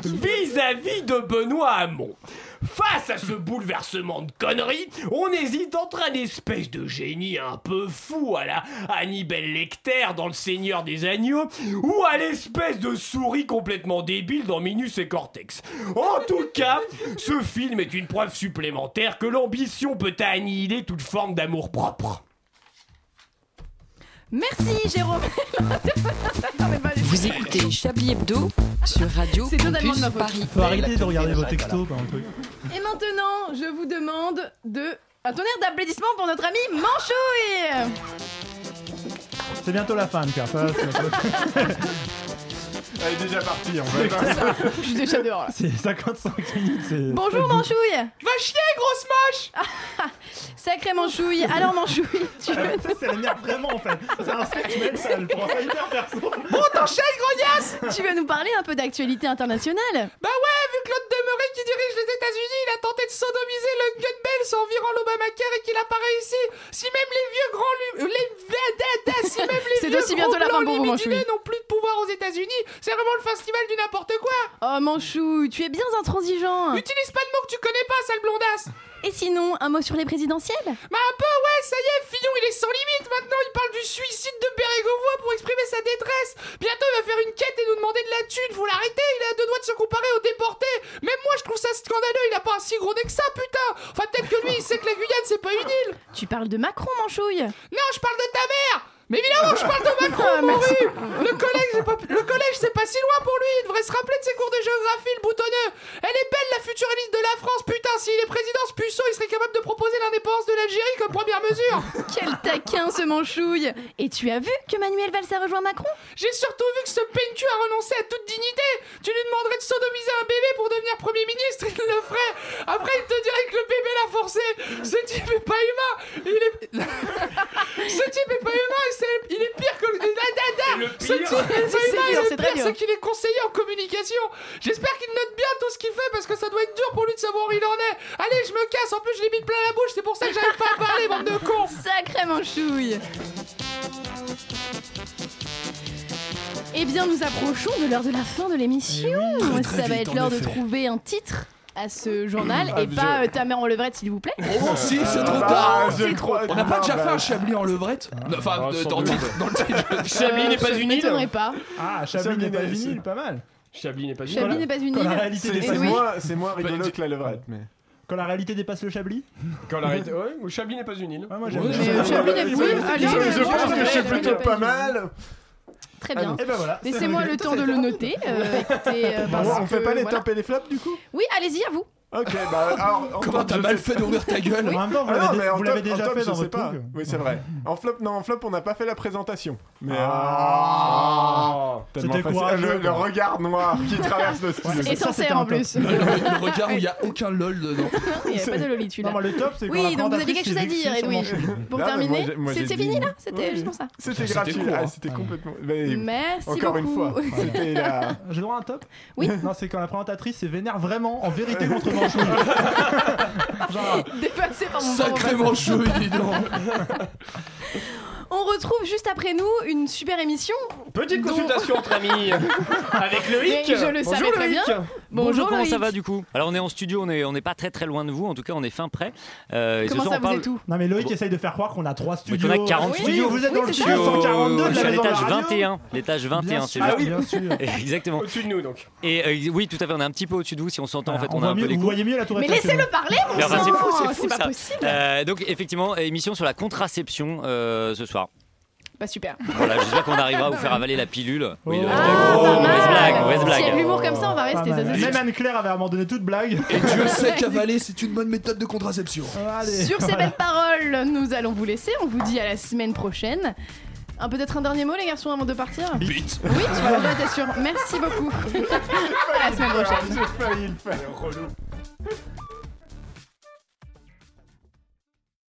K: vis-à-vis de Benoît Hamon. Face à ce bouleversement de conneries, on hésite entre un espèce de génie un peu fou à la Hannibal Lecter dans Le Seigneur des Agneaux ou à l'espèce de souris complètement débile dans Minus et Cortex. En tout cas, ce film est une preuve supplémentaire que l'ambition peut annihiler toute forme d'amour propre.
I: Merci Jérôme. Non, mais pas du tout.
G: Vous écoutez Chablis Hebdo sur Radio
I: C'est totalement de
G: Campus
I: ma faute.
G: Paris.
A: Faut arrêter de regarder vos textos, quoi, un truc.
I: Et maintenant, je vous demande de un tonnerre d'applaudissements pour notre ami Manchouille.
A: C'est bientôt la fin, car ça. c'est-
B: Elle est déjà partie en fait.
I: Je suis déjà dehors là.
A: C'est 55 minutes. c'est-
I: Bonjour Manchouille
B: Va chier, grosse
I: moche Sacré Manchouille Alors Manchouille, tu veux...
A: Ah, Ça, ça l'énerve vraiment en fait. C'est un sketch, mais elle, ça le prend pas hyper perso.
I: Bon, t'enchaînes, grognasse Tu veux nous parler un peu d'actualité internationale
L: Bah ouais, vu que l'autre demeuré qui dirige les États-Unis, il a tenté de sodomiser le gun Bells en virant l'Obamacare et qu'il apparaît ici. Si même les vieux grands lu- les si même les
I: C'est
L: vieux
I: aussi
L: gros
I: bientôt la fin
L: blancs,
I: pour vous,
L: les
I: Manchouille.
L: bidulés n'ont plus de pouvoir aux États-Unis, c'est vraiment le festival du n'importe Bah, quoi.
I: Oh Manchouille, tu es bien intransigeant
L: Utilise pas de mots que tu connais pas, sale blondasse.
I: Et sinon, un mot sur les présidentielles
L: Bah un peu, ouais, ça y est, Fillon, il est sans limite maintenant. Il parle du suicide de Bérégovoy pour exprimer sa détresse. Bientôt, il va faire une quête et nous demander de la thune. Faut l'arrêter, il a deux doigts de se comparer aux déportés. Même moi, je trouve ça scandaleux. Il a pas un si gros nez que ça, putain. Enfin, peut-être que lui, il sait que la Guyane, c'est pas une île.
I: Tu parles de Macron, manchouille
L: Non, je parle de ta mère mais évidemment, oh, je parle de Macron,
I: Ah,
L: mon
I: merci.
L: rire. Le collège, c'est pas, le collège, c'est pas si loin pour lui. Il devrait se rappeler de ses cours de géographie, le boutonneux. Elle est belle, la future élite de la France. Putain, s'il est président, ce puceau, il serait capable de proposer l'indépendance de l'Algérie comme première mesure.
I: Quel taquin ce manchouille Et tu as vu que Manuel Valls a rejoint Macron
L: J'ai surtout vu que ce PNQ a renoncé à toute dignité. Tu lui demanderais de sodomiser un bébé pour devenir Premier ministre, il le ferait. Après, il te dirait que le bébé l'a forcé. Ce type est pas humain. Il est... ce type est pas humain et c'est- il est pire que le...
S: Et
L: Dada,
S: le
L: Ce
S: pire.
L: type est pas
S: Ah, C'est
L: humain,
S: dur,
L: il est
S: c'est très
L: pire,
S: dur.
L: c'est qu'il est conseiller en communication. J'espère qu'il note bien tout ce qu'il fait parce que ça doit être dur pour lui de savoir où il en est. Allez, je me casse, en plus je l'ai mis de plein la bouche, c'est pour ça que j'arrive pas à parler, bande de cons.
I: Sacré manchouille Eh bien, nous approchons de l'heure de la fin de l'émission.
L: Très, très
I: Ça va
L: vite,
I: être
L: en
I: l'heure de
L: effet.
I: trouver un titre à ce journal
J: Ah,
I: et
J: je-
I: pas euh, ta mère en levrette, s'il vous plaît. Euh,
J: Oh si, c'est trop
L: bah,
J: tard
L: c'est
J: C'est
L: trop
J: On n'a pas
L: tard,
J: déjà
L: bah.
J: fait un chablis en levrette Enfin, euh, dans le titre, dans le titre.
K: Chablis n'est pas une île
I: m'étonnerait pas.
A: Ah, Chablis n'est pas une île, pas mal.
K: Chablis n'est pas une
I: Chablis
K: île.
I: n'est pas une Quand la île. réalité
K: C'est-
A: dépasse-
K: c'est
A: Oui.
K: moi-
B: C'est
J: Bah,
B: moins rigolo que la levrette. Mais...
A: Quand la réalité dépasse le Chablis
K: Quand la réalité- ouais, ou Chablis n'est pas une île.
A: moi, j'aime Ouais, bien. mais Chablis n'est- oui, allez,
B: Je
A: euh,
B: pense que je suis
A: Chablis n'est
B: plutôt
A: pas
B: pas
A: une
B: mal.
I: Très
B: Ah
I: bien.
B: non. Eh ben voilà, c'est
I: Laissez-moi
B: réglé.
I: le temps de le noter. euh, écoutez, euh,
B: Bon,
I: parce
B: on fait
I: que,
B: pas les
I: voilà.
B: tops et les flops du coup
I: Oui, allez-y, à vous.
B: Ok, bah alors. en
J: Comment
B: top,
J: t'as
B: je
J: mal
B: sais-
J: fait d'ouvrir ta gueule
A: En même temps, vous
B: Ah non,
A: l'avez-
B: mais en
A: vous l'avez
B: top- en
A: déjà
B: top,
A: fait
B: je
A: dans
B: sais
A: votre
B: pas.
A: truc.
B: Oui, c'est vrai. En flop, non, en flop, on n'a pas fait la présentation. Mais.
A: Ah,
B: Ah, tellement
A: c'était
B: facile.
A: courageux.
B: Le, le regard noir qui traverse le
A: Ouais,
B: studio.
A: ça, Et sincère, c'était en un top. plus.
J: Le, le regard où il n'y a aucun lol dedans.
I: Il n'y avait pas de Lolitule.
A: Non, mais le top, c'est quand la
I: Oui, donc vous
A: présentatrice
I: aviez quelque chose à
A: s'est
I: dire,
A: vexée sur
I: Edoui.
A: mon-
I: Pour
B: Non, mais moi,
I: terminer,
B: j'ai- moi,
I: c'est
B: j'ai
I: c'est
B: dit-
I: fini là C'était juste pour ça.
B: C'était
A: C'était
B: gratuit.
A: court,
B: Ah,
A: hein.
B: C'était complètement. mais-
I: Merci
B: Encore une
I: beaucoup.
B: fois. C'était la.
A: J'ai le droit à un top
I: Oui.
A: Non, c'est quand la présentatrice se vénère vraiment, en vérité contre Manchouille. Genre,
I: Dépassé par mon
J: Sacré
I: propre
J: manchot, dis donc.
I: On retrouve juste après nous une super émission.
K: Petite
I: dont-
K: consultation entre amis euh, avec Loïc.
I: Mais je le
K: Bonjour,
I: savais très
K: Loïc.
I: bien. Bonjour,
V: comment ça
I: Loïc.
V: va du coup Alors on est en studio, on est, on est pas très très loin de vous, en tout cas on est fin prêt. Euh, et ce soir, on parle-
A: Non, mais Loïc essaye de faire croire qu'on a 3
V: Mais
A: studios.
V: qu'on a 40
A: Oui,
V: studios.
A: vous êtes dans le
V: Oui, c'est
A: studio
V: ça.
A: 142
V: Je
A: de
V: suis
A: la
V: à
A: maison de la
V: l'étage
A: radio.
V: 21. L'étage 21, c'est
A: sûr, Ah
V: juste.
A: bien sûr.
V: Exactement.
K: Au-dessus de nous donc.
V: Et euh, oui, tout à fait, on est un petit peu au-dessus de vous si on s'entend en fait,
A: Ah, On
V: on, a
A: voit
V: un peu
A: mieux-
V: les
A: vous
V: coups.
A: voyez mieux la tour
I: Mais
A: Eiffel que
I: laissez-le
A: nous.
I: parler, bon
V: Mais enfin, c'est fou,
I: sang
V: c'est fou
I: pas
V: ça.
I: possible.
V: Euh, donc effectivement, émission sur la contraception euh, ce soir.
I: Bah super.
V: Voilà, j'espère qu'on arrivera à vous faire avaler la pilule. Oui, le-
I: Oh,
V: Oh,
I: mal.
V: mauvaise blague, mauvaise
I: S'il y a de
V: blague.
I: l'humour comme ça, on va
A: Pas
I: rester.
A: mal.
I: ça, c'est
A: Ah, Même
I: sûr.
A: Anne-Claire avait abandonné toute blague.
J: Et Dieu sait qu'avaler, c'est une bonne méthode de contraception.
A: Allez.
I: Sur ces belles paroles, nous allons vous laisser. On vous dit à la semaine prochaine. Un peut-être un dernier mot les garçons avant de partir Oui,
J: Bite.
I: voilà, bah, t'assures. Merci beaucoup. à la semaine prochaine.
B: J'ai failli le faire. Relou.